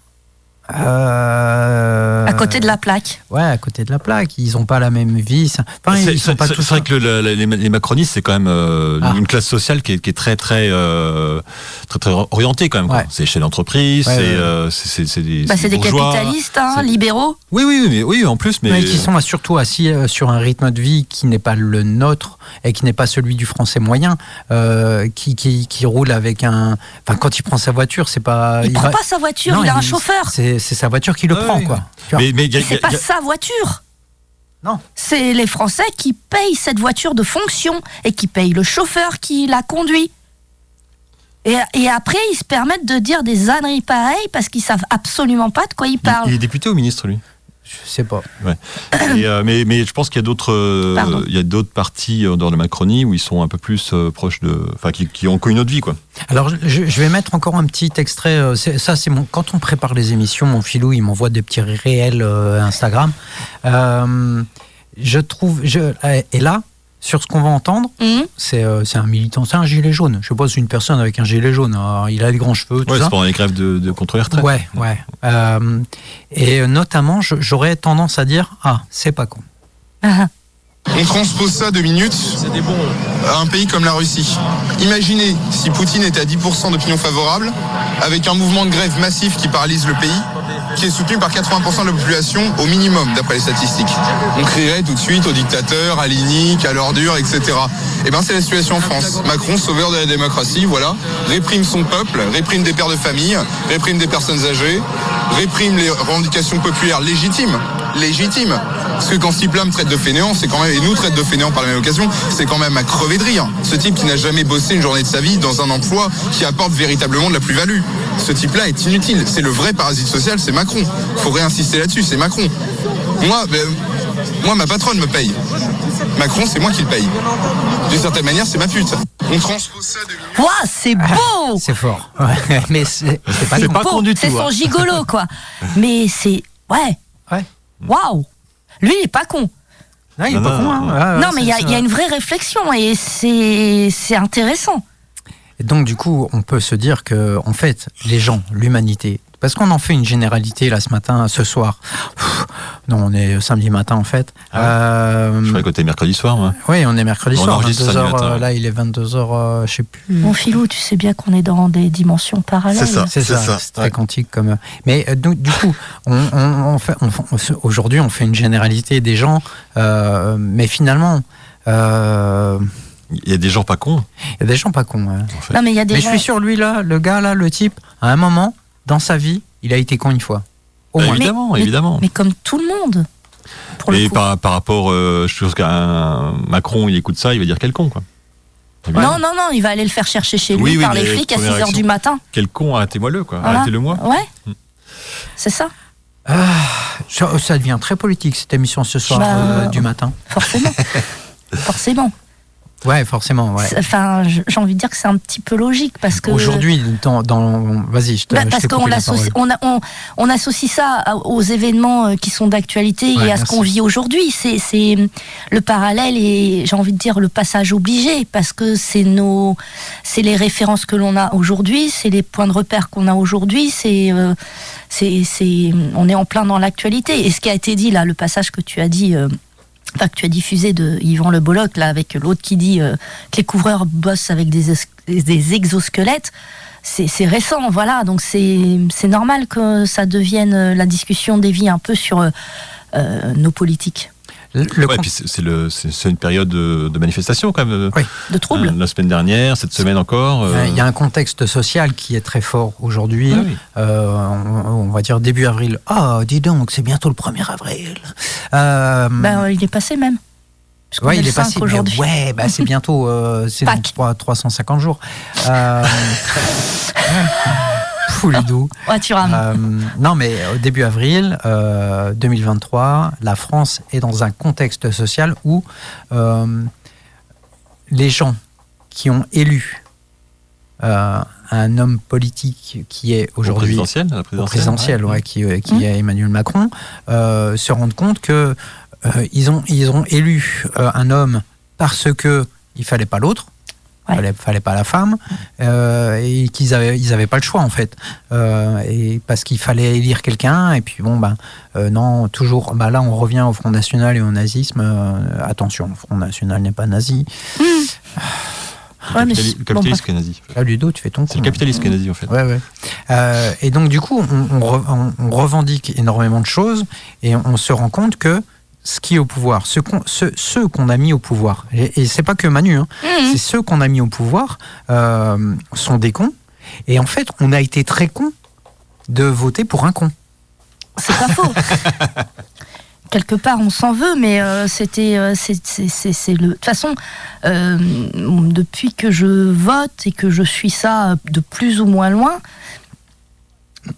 [SPEAKER 1] euh,
[SPEAKER 4] À côté de la plaque.
[SPEAKER 1] Ouais, à côté de la plaque. Ils n'ont pas la même vie. ça- Enfin,
[SPEAKER 3] C'est
[SPEAKER 1] ils sont
[SPEAKER 3] c'est-
[SPEAKER 1] pas
[SPEAKER 3] c'est-
[SPEAKER 1] tous.
[SPEAKER 3] c'est vrai que le- le- les, les macronistes, c'est quand même euh,
[SPEAKER 1] Ah.
[SPEAKER 3] une classe sociale qui est, qui est très, très, euh, très, très orientée quand même. quoi.
[SPEAKER 1] Ouais.
[SPEAKER 3] C'est chez l'entreprise,
[SPEAKER 1] Ouais,
[SPEAKER 3] c'est
[SPEAKER 1] ouais, ouais.
[SPEAKER 3] euh, c'est- c'est- c'est des,
[SPEAKER 4] Bah, c'est des
[SPEAKER 3] bourgeois.
[SPEAKER 4] capitalistes, hein,
[SPEAKER 3] c'est-
[SPEAKER 4] libéraux.
[SPEAKER 3] Oui, oui, oui, mais, oui, en plus, mais.
[SPEAKER 1] Mais qui sont surtout assis euh, sur un rythme de vie qui n'est pas le nôtre et qui n'est pas celui du français moyen, euh, qui, qui, qui roule avec un. Enfin, quand il prend sa voiture, c'est pas.
[SPEAKER 3] Ah,
[SPEAKER 4] Il, prend
[SPEAKER 1] va-
[SPEAKER 4] pas sa voiture,
[SPEAKER 1] Non,
[SPEAKER 4] il a un chauffeur.
[SPEAKER 1] C'est c'est sa voiture qui le
[SPEAKER 3] Ouais,
[SPEAKER 1] prend,
[SPEAKER 3] ouais.
[SPEAKER 1] quoi. Tu vois.
[SPEAKER 3] Mais, mais il y a-
[SPEAKER 4] Mais
[SPEAKER 3] il y a-
[SPEAKER 4] C'est pas
[SPEAKER 3] il y a-
[SPEAKER 4] sa voiture.
[SPEAKER 1] Non.
[SPEAKER 4] C'est les Français qui payent cette voiture de fonction et qui payent le chauffeur qui la conduit. Et, et après, ils se permettent de dire des âneries pareilles parce qu'ils savent absolument pas de quoi ils
[SPEAKER 3] il
[SPEAKER 4] parlent.
[SPEAKER 3] est député ou ministre, lui
[SPEAKER 1] Je sais pas.
[SPEAKER 3] Et, euh, mais, mais je pense qu'il y a d'autres, euh,
[SPEAKER 4] Pardon.
[SPEAKER 3] il y a d'autres partis euh, dans la Macronie où ils sont un peu plus euh, proches de, enfin, qui, qui ont connu une autre vie, quoi.
[SPEAKER 1] Alors, je, je vais mettre encore un petit extrait. euh, c'est- Ça, c'est mon. Quand on prépare les émissions, mon filou, il m'envoie des petits réels euh, Instagram. Euh, je trouve. Je, euh, et là, sur ce qu'on va entendre,
[SPEAKER 3] Mm,
[SPEAKER 4] Hum
[SPEAKER 1] c'est euh, c'est un militant, c'est un gilet jaune. Je sais pas, c'est une personne avec un gilet jaune. Alors, il a des grands cheveux, tout
[SPEAKER 3] Ouais,
[SPEAKER 1] ça.
[SPEAKER 3] c'est pendant les grèves de, de contre les retraites.
[SPEAKER 1] Ouais, ouais. Euh, et euh, notamment, je- j'aurais tendance à dire Ah, c'est pas con.
[SPEAKER 10] On transpose ça deux minutes à un pays comme la Russie. Imaginez si Poutine était à 10% d'opinion favorable, avec un mouvement de grève massif qui paralyse le pays, qui est soutenu par 80% de la population au minimum, d'après les statistiques. On crierait tout de suite aux dictateurs, à l'inique, à l'ordure, etc. Eh bien, c'est la situation en France. Macron, sauveur de la démocratie, voilà, réprime son peuple, réprime des pères de famille, réprime des personnes âgées, réprime les revendications populaires légitimes. Légitimes. Parce que quand ce type-là me traite de fainéant, c'est quand même, et nous traite de fainéant par la même occasion, c'est quand même à crever de rire. Ce type qui n'a jamais bossé une journée de sa vie dans un emploi qui apporte véritablement de la plus-value. Ce type-là est inutile. C'est le vrai parasite social, c'est Macron. Faut réinsister là-dessus, c'est Macron. Moi, ben, moi, ma patronne me paye. Macron, c'est moi qui le paye. D'une certaine manière, c'est ma pute. On transpose ça de
[SPEAKER 4] Ouah, c'est beau
[SPEAKER 1] C'est fort. Ouais, Mais c'est c'est pas
[SPEAKER 3] Ah, C'est
[SPEAKER 1] con.
[SPEAKER 3] pas con du tout,
[SPEAKER 4] Oh. C'est son
[SPEAKER 3] hein.
[SPEAKER 4] gigolo, quoi. Mais c'est. Ouais.
[SPEAKER 1] Ouais.
[SPEAKER 3] Mm.
[SPEAKER 4] Waouh Lui, il est pas con.
[SPEAKER 1] Non, il est
[SPEAKER 3] Non, non,
[SPEAKER 1] pas con.
[SPEAKER 3] non.
[SPEAKER 1] hein. Ouais,
[SPEAKER 4] non,
[SPEAKER 1] ouais,
[SPEAKER 4] mais
[SPEAKER 1] c'est-
[SPEAKER 4] il y, a-
[SPEAKER 1] c'est-
[SPEAKER 4] il y a une vraie réflexion et c'est c'est intéressant.
[SPEAKER 1] Et donc, du coup, on peut se dire que, en fait, les gens, l'humanité, parce qu'on en fait une généralité là ce matin, ce soir. Pff, non, on est euh, samedi matin en fait.
[SPEAKER 3] Ah ouais.
[SPEAKER 1] Euh,
[SPEAKER 3] Je crois que t'es mercredi soir, hein. moi.
[SPEAKER 1] oui, on est mercredi
[SPEAKER 3] On
[SPEAKER 1] soir.
[SPEAKER 3] enregistre
[SPEAKER 1] 22
[SPEAKER 3] samedi
[SPEAKER 1] heures,
[SPEAKER 3] matin,
[SPEAKER 1] euh,
[SPEAKER 3] ouais.
[SPEAKER 1] là, il est 22h, je sais plus.
[SPEAKER 3] Mm.
[SPEAKER 4] Mon filou, tu sais bien qu'on est dans des dimensions parallèles.
[SPEAKER 10] C'est ça.
[SPEAKER 1] C'est ça,
[SPEAKER 10] ça,
[SPEAKER 1] c'est très quantique comme. Mais euh, donc, du coup, on, on- on fait, on- on se- aujourd'hui, on fait une généralité des gens, euh, mais finalement, euh,
[SPEAKER 3] Il y a des gens pas cons.
[SPEAKER 1] il y a des gens pas cons. hein.
[SPEAKER 4] Non, mais il y a des
[SPEAKER 1] Mais je
[SPEAKER 4] gens-
[SPEAKER 1] suis sur lui là, le gars là, le type, à un moment, dans sa vie, il a été con une fois. Au
[SPEAKER 3] Bah,
[SPEAKER 1] moins.
[SPEAKER 3] évidemment, évidemment.
[SPEAKER 4] Mais comme tout le monde. Pour le
[SPEAKER 3] Et
[SPEAKER 4] coup.
[SPEAKER 3] par, par rapport, euh, je pense qu'un Macron, il écoute ça, il va dire quel con, quoi. Eh
[SPEAKER 4] Non, non, non, il va aller le faire chercher chez lui
[SPEAKER 3] Oui, oui,
[SPEAKER 4] par les
[SPEAKER 3] mais
[SPEAKER 4] flics à 6
[SPEAKER 3] première Bah,
[SPEAKER 4] h
[SPEAKER 3] action.
[SPEAKER 4] du matin.
[SPEAKER 3] Quel con, arrêtez-moi-le, quoi.
[SPEAKER 4] Voilà.
[SPEAKER 3] Arrêtez-le-moi.
[SPEAKER 4] Ouais. C'est ça,
[SPEAKER 1] Ça, euh, ça devient très politique cette émission ce soir
[SPEAKER 4] Bah,
[SPEAKER 1] euh, du matin.
[SPEAKER 4] forcément. forcément.
[SPEAKER 1] Ouais, forcément. Ouais.
[SPEAKER 4] C'est- Enfin, j- j'ai envie de dire que c'est un petit peu logique parce que.
[SPEAKER 1] Aujourd'hui, dans, dans- vas-y, je te
[SPEAKER 4] Bah,
[SPEAKER 1] je
[SPEAKER 4] parce
[SPEAKER 1] t'ai
[SPEAKER 4] qu'on
[SPEAKER 1] coupé la
[SPEAKER 4] l'associe-
[SPEAKER 1] parole.
[SPEAKER 4] on, a- on- on associe ça à- aux événements euh, qui sont d'actualité
[SPEAKER 1] Ouais,
[SPEAKER 4] et à ce
[SPEAKER 1] merci.
[SPEAKER 4] qu'on vit aujourd'hui. C'est- C'est euh, le parallèle et j'ai envie de dire le passage obligé parce que c'est nos, c'est les références que l'on a aujourd'hui, c'est les points de repère qu'on a aujourd'hui, c'est, euh, c'est, c'est- on est en plein dans l'actualité. Et ce qui a été dit là, le passage que tu as dit. euh, Enfin, que tu as diffusé de Yvan Le Bolloc, là, avec l'autre qui dit euh, que les couvreurs bossent avec des, es- des exosquelettes. C'est c'est récent, voilà. Donc, c'est c'est normal que ça devienne euh, la discussion dévie un peu sur euh, euh, nos politiques
[SPEAKER 1] Le- le
[SPEAKER 3] Ouais,
[SPEAKER 1] con-
[SPEAKER 3] puis c'est c'est le- c'est- c'est une période de, de manifestation, quand même.
[SPEAKER 4] de troubles.
[SPEAKER 3] Hein,
[SPEAKER 1] Euh,
[SPEAKER 3] La semaine dernière, cette semaine encore. euh,
[SPEAKER 1] Il y a un contexte social qui est très fort aujourd'hui.
[SPEAKER 3] Ah oui.
[SPEAKER 1] Euh, on, on va dire début avril. Ah, dis donc, c'est bientôt le 1er avril. Euh,
[SPEAKER 4] Ben, euh, il est passé même. Parce qu'on
[SPEAKER 1] ouais,
[SPEAKER 4] est
[SPEAKER 1] il
[SPEAKER 4] le
[SPEAKER 1] est
[SPEAKER 4] 5
[SPEAKER 1] passé. mais
[SPEAKER 4] aujourd'hui.
[SPEAKER 1] ouais, bah, c'est bientôt, euh, c'est dans
[SPEAKER 4] Pâques.
[SPEAKER 1] trois- 350 jours. Euh, Fou les doux.
[SPEAKER 4] Ouais, tu rames.
[SPEAKER 1] Euh, non, mais au début avril euh, 2023, la France est dans un contexte social où euh, les gens qui ont élu euh, un homme politique qui est aujourd'hui
[SPEAKER 3] présidentiel, la
[SPEAKER 1] au
[SPEAKER 3] présidentielle,
[SPEAKER 1] présidentiel, ouais, qui, euh, qui est Emmanuel Macron, euh, se rendent compte que euh, ils ont ils ont élu euh, un homme parce que il fallait pas l'autre.
[SPEAKER 4] Il
[SPEAKER 1] fallait, fallait pas la femme euh, et qu'ils avaient ils avaient pas le choix en fait Euh, et parce qu'il fallait élire quelqu'un et puis bon ben euh, non toujours bah là on revient au Front National et au nazisme Euh, attention le Front National n'est pas nazi
[SPEAKER 3] Le capitali- le capitaliste qui est nazi.
[SPEAKER 1] Là, Ludo, tu fais ton
[SPEAKER 3] C'est le capitaliste qui est nazi, en fait.
[SPEAKER 1] Ouais, ouais. Euh, et donc, du coup, on, on re- on- on revendique énormément de choses et on, on se rend compte que ce qui est au pouvoir, ce qu'on- ce- ceux qu'on a mis au pouvoir, et, et c'est pas que Manu, hein,
[SPEAKER 4] Mmh.
[SPEAKER 1] c'est ceux qu'on a mis au pouvoir euh, sont des cons. Et en fait, on a été très cons de voter pour un con.
[SPEAKER 4] C'est pas faux. Quelque part, on s'en veut, mais euh, c'était, euh, c'est, c'est- c'est- c'est le. De toute façon, euh, depuis que je vote et que je suis ça euh, de plus ou moins loin,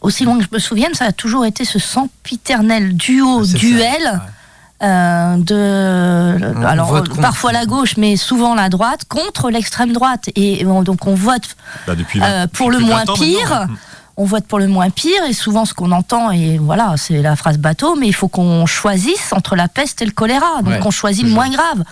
[SPEAKER 4] aussi loin que je me souvienne, ça a toujours été ce sempiternel duo, duel. euh, de
[SPEAKER 11] On
[SPEAKER 4] alors
[SPEAKER 11] vote
[SPEAKER 4] euh,
[SPEAKER 11] contre.
[SPEAKER 4] parfois la gauche mais souvent la droite contre l'extrême droite et, bon, donc on vote
[SPEAKER 3] Bah, depuis
[SPEAKER 4] euh,
[SPEAKER 1] Ah.
[SPEAKER 3] vingt-
[SPEAKER 4] pour le
[SPEAKER 3] depuis
[SPEAKER 4] moins
[SPEAKER 3] vingt ans
[SPEAKER 4] pire.
[SPEAKER 1] Mm.
[SPEAKER 3] maintenant, hein.
[SPEAKER 4] On vote pour le moins pire et souvent ce qu'on entend, et voilà, c'est la phrase bateau, mais il faut qu'on choisisse entre la peste et le choléra. Donc
[SPEAKER 1] Ouais,
[SPEAKER 4] on choisit le moins grave.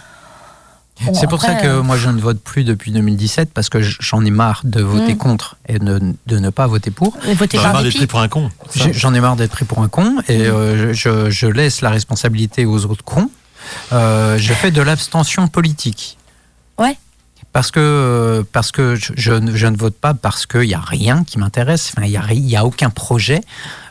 [SPEAKER 4] Bon,
[SPEAKER 1] C'est pour ça
[SPEAKER 4] après,
[SPEAKER 1] que
[SPEAKER 4] euh,
[SPEAKER 1] moi je ne vote plus depuis 2017 parce que j- j'en ai marre de voter
[SPEAKER 4] Mm.
[SPEAKER 1] contre et de, de ne pas voter pour.
[SPEAKER 4] Et voter J'en ai par marre d'être dépit. pris pour
[SPEAKER 3] un con.
[SPEAKER 1] J'ai- J'en ai marre d'être pris pour un con et
[SPEAKER 3] Mhm.
[SPEAKER 1] euh, je, je- je laisse la responsabilité aux autres cons. Euh, je fais de l'abstention politique.
[SPEAKER 4] Ouais.
[SPEAKER 1] Parce que, euh, parce que je, je ne, je ne vote pas parce qu'il n'y a rien qui m'intéresse, Enfin, il n'y a, ri- il y a aucun projet,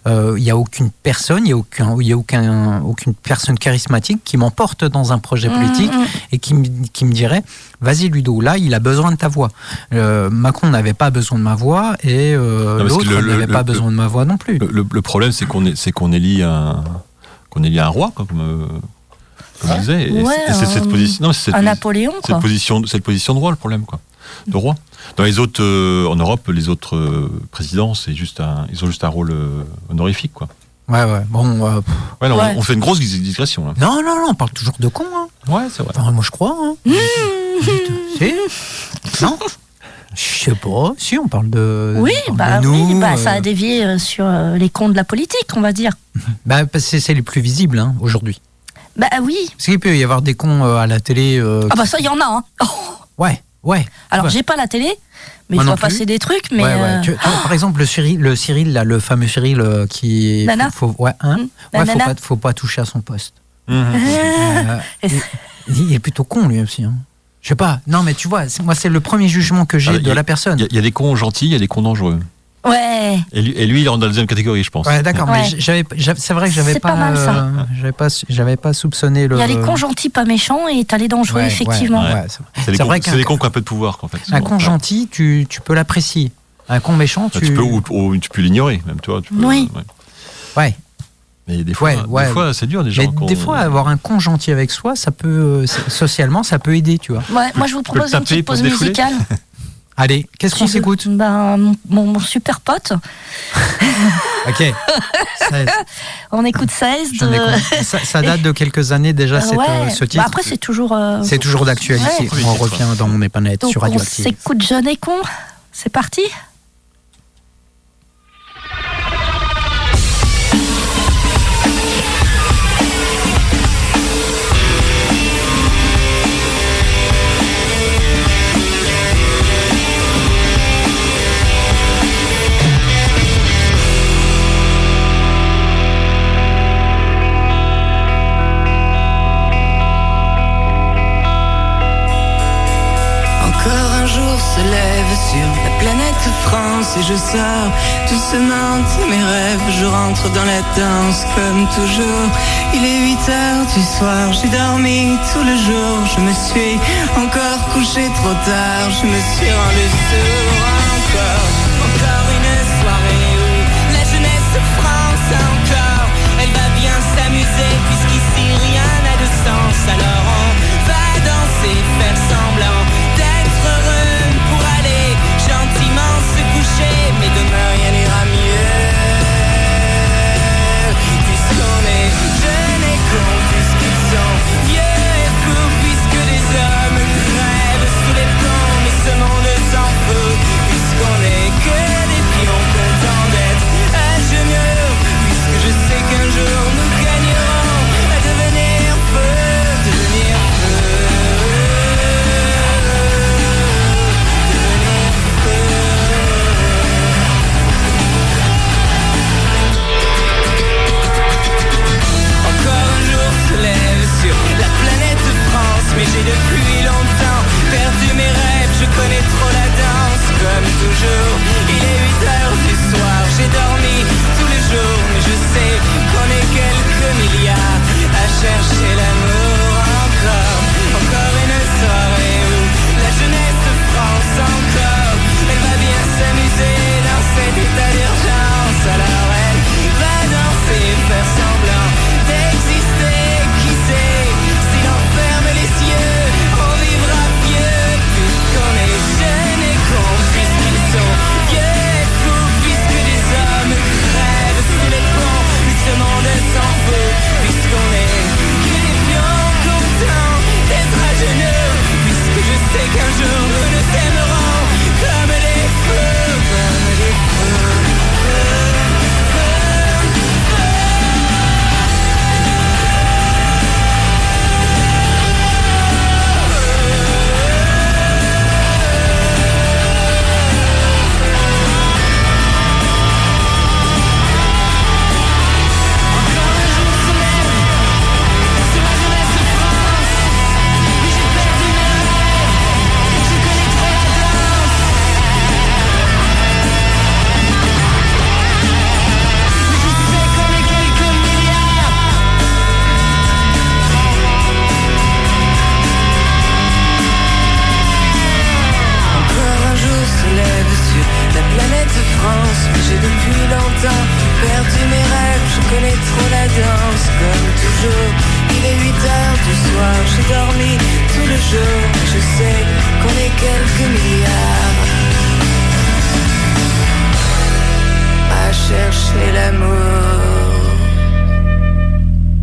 [SPEAKER 1] euh, il n'y a aucune personne, il n'y a, aucun, il y a aucun, aucune personne charismatique qui m'emporte dans un projet politique
[SPEAKER 4] Mm,
[SPEAKER 11] Mhm.
[SPEAKER 1] et qui, me- qui me dirait Vas-y Ludo, là il a besoin de ta voix. Euh, Macron n'avait pas besoin de ma voix et euh,
[SPEAKER 3] Non, parce que
[SPEAKER 1] l'autre
[SPEAKER 3] le- le-
[SPEAKER 1] n'avait
[SPEAKER 3] le-
[SPEAKER 1] pas besoin de ma voix non plus.
[SPEAKER 3] Le, le- le problème, c'est qu'on est- c'est qu'on élit un qu'on élit un roi, quoi, comme, euh, comme je disais. Et
[SPEAKER 4] Ouais,
[SPEAKER 3] c'est- et c'est cette
[SPEAKER 4] un-
[SPEAKER 3] position. non, c'est cette
[SPEAKER 4] un
[SPEAKER 3] posi-
[SPEAKER 4] Napoléon, quoi.
[SPEAKER 3] Cette position, cette position de roi, le problème, quoi. De roi. Dans les autres, euh, en Europe, les autres euh, présidents, c'est juste un, ils ont juste un rôle euh, honorifique, quoi.
[SPEAKER 1] Ouais, ouais. Bon, euh, pff.
[SPEAKER 3] Ouais, non, On, on fait une grosse digression là.
[SPEAKER 1] Non, non, non, on parle toujours de cons. Hein.
[SPEAKER 3] Ouais, c'est vrai.
[SPEAKER 1] moi, je crois. Hein.
[SPEAKER 4] Mmh.
[SPEAKER 1] Si Non Je sais pas. Si, on parle de.
[SPEAKER 4] oui,
[SPEAKER 1] on parle
[SPEAKER 4] bah,
[SPEAKER 1] de
[SPEAKER 4] oui,
[SPEAKER 1] nous,
[SPEAKER 4] bah, ça a
[SPEAKER 1] euh,
[SPEAKER 4] dévié euh, sur euh, les cons de la politique, on va dire.
[SPEAKER 1] bah, parce que c'est les plus visibles hein, aujourd'hui.
[SPEAKER 4] Bah ah oui.
[SPEAKER 1] Parce qu'il peut y avoir des cons euh, à la télé. euh,
[SPEAKER 4] Ah bah
[SPEAKER 1] qui-
[SPEAKER 4] ça, il y en a. hein. Oh,
[SPEAKER 1] Ouais, ouais.
[SPEAKER 4] alors
[SPEAKER 1] ouais.
[SPEAKER 4] j'ai pas la télé, mais
[SPEAKER 1] Moi
[SPEAKER 4] je
[SPEAKER 1] non
[SPEAKER 4] vois
[SPEAKER 1] plus.
[SPEAKER 4] passer des trucs. Mais
[SPEAKER 1] Ouais, ouais.
[SPEAKER 4] euh,
[SPEAKER 1] Tu- tu- par exemple, le Cyril, le, Cyril là, le fameux Cyril euh, qui.
[SPEAKER 4] Nana. Mmh,
[SPEAKER 1] Faut, faut- ouais, hein.
[SPEAKER 4] la
[SPEAKER 1] Ouais, faut,
[SPEAKER 4] nana.
[SPEAKER 1] pas, faut pas toucher à son poste.
[SPEAKER 3] Mhm.
[SPEAKER 4] Ah.
[SPEAKER 1] Euh, il, il est plutôt con, lui aussi. hein. Je sais pas. Non, mais tu vois, c'est- moi, c'est le premier jugement que j'ai
[SPEAKER 3] Ah,
[SPEAKER 1] de
[SPEAKER 3] y a-
[SPEAKER 1] la personne.
[SPEAKER 3] Il y a- il y, a des cons gentils, il y a des cons dangereux.
[SPEAKER 4] ouais.
[SPEAKER 3] Et lui, et lui, il rentre dans la deuxième catégorie, je pense.
[SPEAKER 1] Ouais, d'accord, mais
[SPEAKER 4] Ouais.
[SPEAKER 1] j- j'avais, j'avais- c'est vrai que j'avais
[SPEAKER 4] C'est
[SPEAKER 1] pas,
[SPEAKER 4] pas mal, ça.
[SPEAKER 1] euh, j'avais pas, su- j'avais pas soupçonné le.
[SPEAKER 4] Il y a les cons gentils, pas méchants, et t'as les dangereux,
[SPEAKER 1] Ouais,
[SPEAKER 4] effectivement.
[SPEAKER 1] ouais,
[SPEAKER 3] Ouais.
[SPEAKER 1] c'est vrai.
[SPEAKER 3] C'est des
[SPEAKER 1] C'est
[SPEAKER 3] cons-
[SPEAKER 1] vrai
[SPEAKER 3] c'est
[SPEAKER 1] qu'un-
[SPEAKER 3] des cons qui ont un peu de pouvoir, quoi, en fait.
[SPEAKER 1] Un con gentil, tu, tu peux l'apprécier. Un con méchant,
[SPEAKER 3] Enfin,
[SPEAKER 1] tu.
[SPEAKER 3] Bah, tu... peux ou, ou tu peux l'ignorer, même, tu vois. Tu peux,
[SPEAKER 1] Oui.
[SPEAKER 3] ouais.
[SPEAKER 1] Ouais.
[SPEAKER 3] Mais des fois,
[SPEAKER 1] Ouais, ouais.
[SPEAKER 3] des fois c'est dur, des gens.
[SPEAKER 1] Mais
[SPEAKER 3] qu'on-
[SPEAKER 1] des fois, avoir un con gentil avec soi, ça peut euh, c'est- socialement, ça peut aider, tu vois.
[SPEAKER 4] Ouais, moi, je vous
[SPEAKER 1] Tu peux le
[SPEAKER 4] propose une
[SPEAKER 1] taper
[SPEAKER 4] petite
[SPEAKER 1] pour
[SPEAKER 4] pause
[SPEAKER 1] se défouler
[SPEAKER 4] musicale.
[SPEAKER 1] Allez, qu'est-ce
[SPEAKER 4] Tu
[SPEAKER 1] qu'on
[SPEAKER 4] veux-
[SPEAKER 1] s'écoute
[SPEAKER 4] ben, mon, mon- mon super pote.
[SPEAKER 1] Ok. Ça-
[SPEAKER 4] On écoute 16 de.
[SPEAKER 1] j'en ai compris. ça, ça date de quelques années déjà, cette,
[SPEAKER 4] Ouais.
[SPEAKER 1] euh, ce
[SPEAKER 4] Bah,
[SPEAKER 1] titre.
[SPEAKER 4] après, c'est toujours. euh,
[SPEAKER 1] C'est toujours d'actualité.
[SPEAKER 4] Ouais.
[SPEAKER 1] On revient dans mon épinette
[SPEAKER 4] Donc,
[SPEAKER 1] sur
[SPEAKER 4] on
[SPEAKER 1] Radioactive.
[SPEAKER 4] s'écoute jeune et con. C'est parti.
[SPEAKER 11] Encore un jour se lève sur la planète France et je sors tout ce de mes rêves. Je rentre dans la danse comme toujours. Il est 8 heures du soir, j'ai dormi tout le jour. Je me suis encore couché trop tard, je me suis rendu sourd encore. Encore une soirée où la jeunesse de France a encore. Elle va bien s'amuser puisqu'ici rien n'a de sens. Alors on va danser, faire semblant d'être heureux pour aller gentiment se coucher. Mais demain rien n'ira mieux puisqu'on est jeune et con, puisqu'ils sont vieux et fous, puisque les hommes crèvent sous les ponts, mais ce monde s'en fout, puisque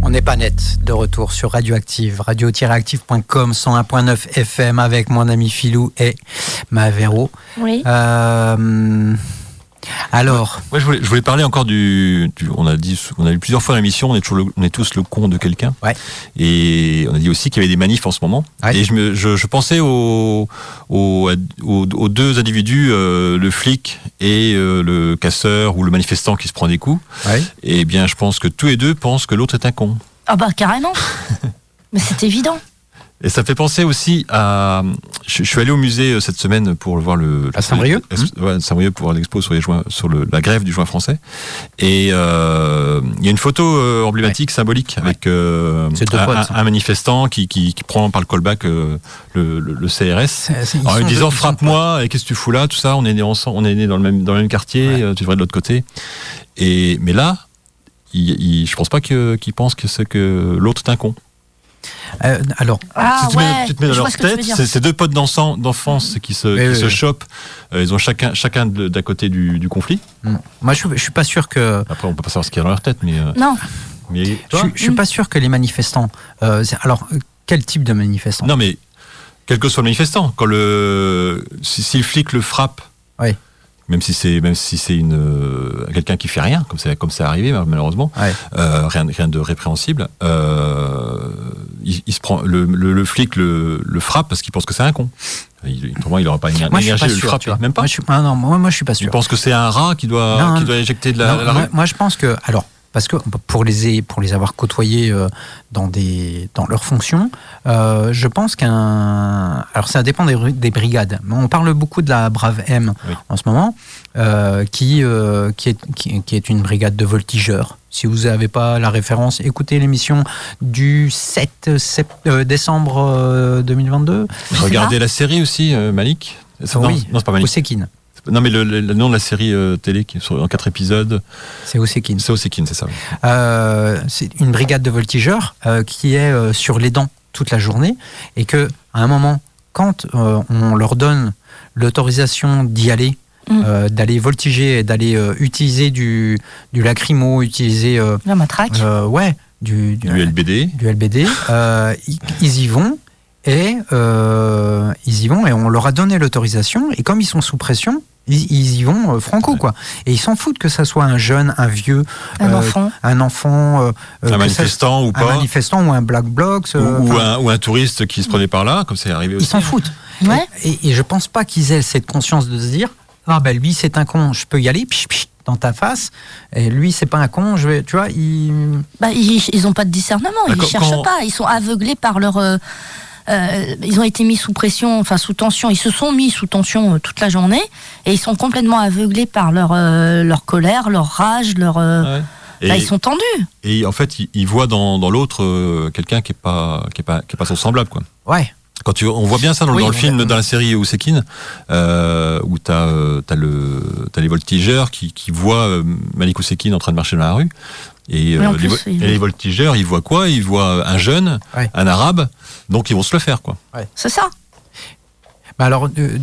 [SPEAKER 1] On n'est pas net de retour sur Radioactive, radio-active.com, 101.9 FM avec mon ami Philou et ma Véro.
[SPEAKER 4] Oui.
[SPEAKER 1] Euh, alors,
[SPEAKER 3] Ouais, je, voulais, je voulais parler encore du, du- on a dit, on a eu plusieurs fois à l'émission, on est toujours, le- on est tous le con de quelqu'un. Et on a dit aussi qu'il y avait des manifs en ce moment. Et je, me- je, je pensais aux, aux, aux- aux deux individus, euh, le flic et euh, le casseur ou le manifestant qui se prend des coups. Et bien, je pense que tous les deux pensent que l'autre est un con.
[SPEAKER 4] Ah bah carrément. Mais c'est évident.
[SPEAKER 3] Et ça me fait penser aussi à. Je, je suis allé au musée euh, cette semaine pour voir le. À Saint-Brieuc Ouais, à Saint-Brieuc pour voir l'expo sur, les joints- sur le- la grève du joint français. Et euh, il y a une photo euh, emblématique, symbolique, avec euh,
[SPEAKER 1] C'est deux
[SPEAKER 3] un,
[SPEAKER 1] potes,
[SPEAKER 3] un-
[SPEAKER 1] ça.
[SPEAKER 3] un manifestant qui, qui- qui prend par le callback euh, le, le- le CRS
[SPEAKER 1] euh, c'est- ils
[SPEAKER 3] en lui disant
[SPEAKER 1] sont deux- ils sont
[SPEAKER 3] frappe-moi et qu'est-ce que tu fous là, tout ça, on est né, ensemble, on est né dans, le même, dans le même quartier, euh, tu devrais de l'autre côté. Et, mais là, il, il- je pense pas que- qu'il pense que, c'est que l'autre est un con.
[SPEAKER 1] euh, alors
[SPEAKER 4] Ah
[SPEAKER 3] Tu te mets- tu te mets dans
[SPEAKER 4] je vois
[SPEAKER 3] leur
[SPEAKER 4] ce que tu veux
[SPEAKER 3] tête,
[SPEAKER 4] dire.
[SPEAKER 3] c'est c'est deux potes d'enfant- d'enfance qui se,
[SPEAKER 1] Oui,
[SPEAKER 3] qui
[SPEAKER 1] oui,
[SPEAKER 3] se
[SPEAKER 1] oui.
[SPEAKER 3] chopent. Euh, Ils ont chacun, chacun de- d'à côté du, du conflit.
[SPEAKER 1] Hmm. Moi, je, je suis pas sûr que.
[SPEAKER 3] Après, on peut pas savoir ce qu'il y a dans leur tête, mais. euh,
[SPEAKER 4] Non.
[SPEAKER 3] Mais
[SPEAKER 1] je,
[SPEAKER 3] toi Hmm.
[SPEAKER 1] je suis pas sûr que les manifestants. euh, c'est- alors, euh, quel type de manifestant
[SPEAKER 3] Non, mais quel que soit le manifestant, quand le si, si le flic le frappe,
[SPEAKER 1] Oui.
[SPEAKER 3] même si c'est même si c'est une euh, quelqu'un qui fait rien, comme c'est comme c'est arrivé mal- malheureusement, euh, rien rien de répréhensible. euh, il, il se prend le, le- le flic le, le frappe parce qu'il pense que c'est un con. Il, pour moi, Ah, il n'aura pas une
[SPEAKER 1] Moi, je suis
[SPEAKER 3] énergie
[SPEAKER 1] pas
[SPEAKER 3] de le
[SPEAKER 1] sûr. tu
[SPEAKER 3] frapper.
[SPEAKER 1] vois. Moi, je suis, ah, non, moi, moi, je suis pas sûr.
[SPEAKER 3] Tu penses que c'est un rat qui doit,
[SPEAKER 1] Non,
[SPEAKER 3] qui
[SPEAKER 1] non.
[SPEAKER 3] doit éjecter de la,
[SPEAKER 1] Non,
[SPEAKER 3] la-
[SPEAKER 1] moi, moi, je pense que alors parce que pour les pour les avoir côtoyés euh, dans des dans leurs fonctions, euh, je pense qu'un alors ça dépend des, ru- des brigades. Mais on parle beaucoup de la Brave M en ce moment, euh, qui euh, qui est qui, qui est une brigade de voltigeurs. Si vous n'avez pas la référence, écoutez l'émission du 7 sept- euh, décembre euh, 2022.
[SPEAKER 3] Regardez la série aussi, euh, Malik. C'est-
[SPEAKER 1] Oui.
[SPEAKER 3] non, non, c'est pas Malik.
[SPEAKER 1] Osekin.
[SPEAKER 3] Non, mais le, le- le nom de la série euh, télé qui est sur- en quatre épisodes.
[SPEAKER 1] C'est Osekin.
[SPEAKER 3] C'est Osekin, c'est ça. oui.
[SPEAKER 1] Euh, c'est une brigade de voltigeurs euh, qui est euh, sur les dents toute la journée et que à un moment quand euh, on leur donne l'autorisation d'y aller
[SPEAKER 3] Mmh.
[SPEAKER 1] euh, d'aller voltiger et d'aller euh, utiliser du, du lacrymo utiliser euh,
[SPEAKER 4] La matraque.
[SPEAKER 1] euh, ouais du, du,
[SPEAKER 3] LBD
[SPEAKER 1] du LBD euh, ils, ils y vont et euh, ils y vont et on leur a donné l'autorisation et comme ils sont sous pression ils, ils y vont euh, franco quoi et ils s'en foutent que ça soit un jeune un vieux euh,
[SPEAKER 3] Un enfant.
[SPEAKER 1] un enfant euh, euh, que ça-
[SPEAKER 3] manifestant ou
[SPEAKER 1] un
[SPEAKER 3] pas.
[SPEAKER 1] manifestant ou un black bloc euh,
[SPEAKER 3] Ou, ou un, ou un touriste qui se prenait par là, comme c'est arrivé
[SPEAKER 1] ils
[SPEAKER 3] aussi.
[SPEAKER 1] s'en foutent et, et je pense pas qu'ils aient cette conscience de se dire ah ben lui c'est un con je peux y aller pich, pich, dans ta face et lui c'est pas un con je vais tu vois il
[SPEAKER 4] Bah, ils, ils ont pas de discernement,
[SPEAKER 1] Bah,
[SPEAKER 4] ils
[SPEAKER 1] quand-
[SPEAKER 4] cherchent
[SPEAKER 1] quand-
[SPEAKER 4] pas, ils sont aveuglés par leur. euh, euh, ils ont été mis sous pression, enfin sous tension. Ils se sont mis sous tension euh, toute la journée et ils sont complètement aveuglés par leur euh, leur colère, leur rage, leur. euh,
[SPEAKER 3] Ouais.
[SPEAKER 4] bah,
[SPEAKER 3] Et-
[SPEAKER 4] ils sont tendus.
[SPEAKER 3] Et en fait, ils, ils voient dans, dans l'autre euh, quelqu'un qui est pas, qui est pas, qui est pas son semblable, quoi.
[SPEAKER 1] ouais
[SPEAKER 3] Quand tu, on voit bien ça dans,
[SPEAKER 1] Oui,
[SPEAKER 3] dans le
[SPEAKER 1] on
[SPEAKER 3] film, dans la série Osekin, euh, où t'as euh, t'as le t'as les voltigeurs qui, qui voient euh, Malik Osekin en train de marcher dans la rue. Et,
[SPEAKER 4] Oui, en
[SPEAKER 3] euh, les,
[SPEAKER 4] plus,
[SPEAKER 3] vo-
[SPEAKER 4] ils-
[SPEAKER 3] et les voltigeurs, ils voient quoi Ils voient un jeune, un arabe, donc ils vont se le faire, quoi.
[SPEAKER 4] C'est ça.
[SPEAKER 1] Bah alors, euh,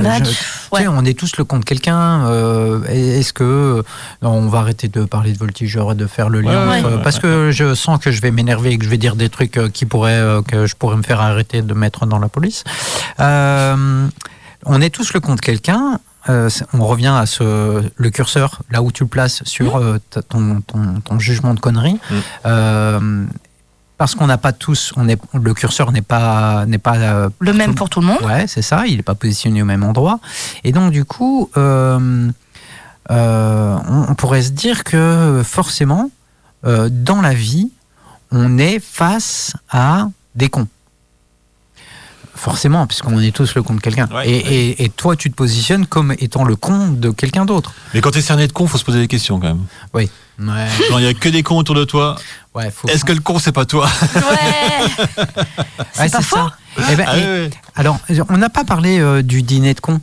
[SPEAKER 4] Bah, tu-
[SPEAKER 1] je- tu sais, on est tous le compte de quelqu'un. euh, Est-ce que euh, non, on va arrêter de parler de voltigeur et de faire le lien
[SPEAKER 4] Ouais,
[SPEAKER 1] entre-
[SPEAKER 4] ouais, ouais,
[SPEAKER 1] Parce que je sens que je vais m'énerver et que je vais dire des trucs euh, qui pourraient euh, que je pourrais me faire arrêter de mettre dans la police. Euh, on est tous le compte de quelqu'un. euh, c'est- on revient à ce le curseur là où tu le places sur euh, ta- ton, ton- ton jugement de connerie. Euh, parce qu'on n'a pas tous, on est, le curseur n'est pas, n'est pas euh,
[SPEAKER 4] le même pour tout le monde.
[SPEAKER 1] Ouais, c'est ça. Il n'est pas positionné au même endroit. Et donc du coup, euh, euh, on, on pourrait se dire que forcément, euh, dans la vie, on est face à des cons. Forcément, puisqu'on est tous le con de quelqu'un. et, et- et toi, tu te positionnes comme étant le con de quelqu'un d'autre.
[SPEAKER 3] Mais quand t'es cerné de con, faut se poser des questions quand même.
[SPEAKER 1] Oui.
[SPEAKER 3] Genre, il y a que des cons autour de toi. Est-ce que le con, c'est pas toi
[SPEAKER 1] Ouais,
[SPEAKER 3] pas faux.
[SPEAKER 1] ça. Eh ben,
[SPEAKER 3] Ah
[SPEAKER 1] et-
[SPEAKER 3] ouais, ouais.
[SPEAKER 1] Alors, on n'a pas parlé euh, du dîner de con.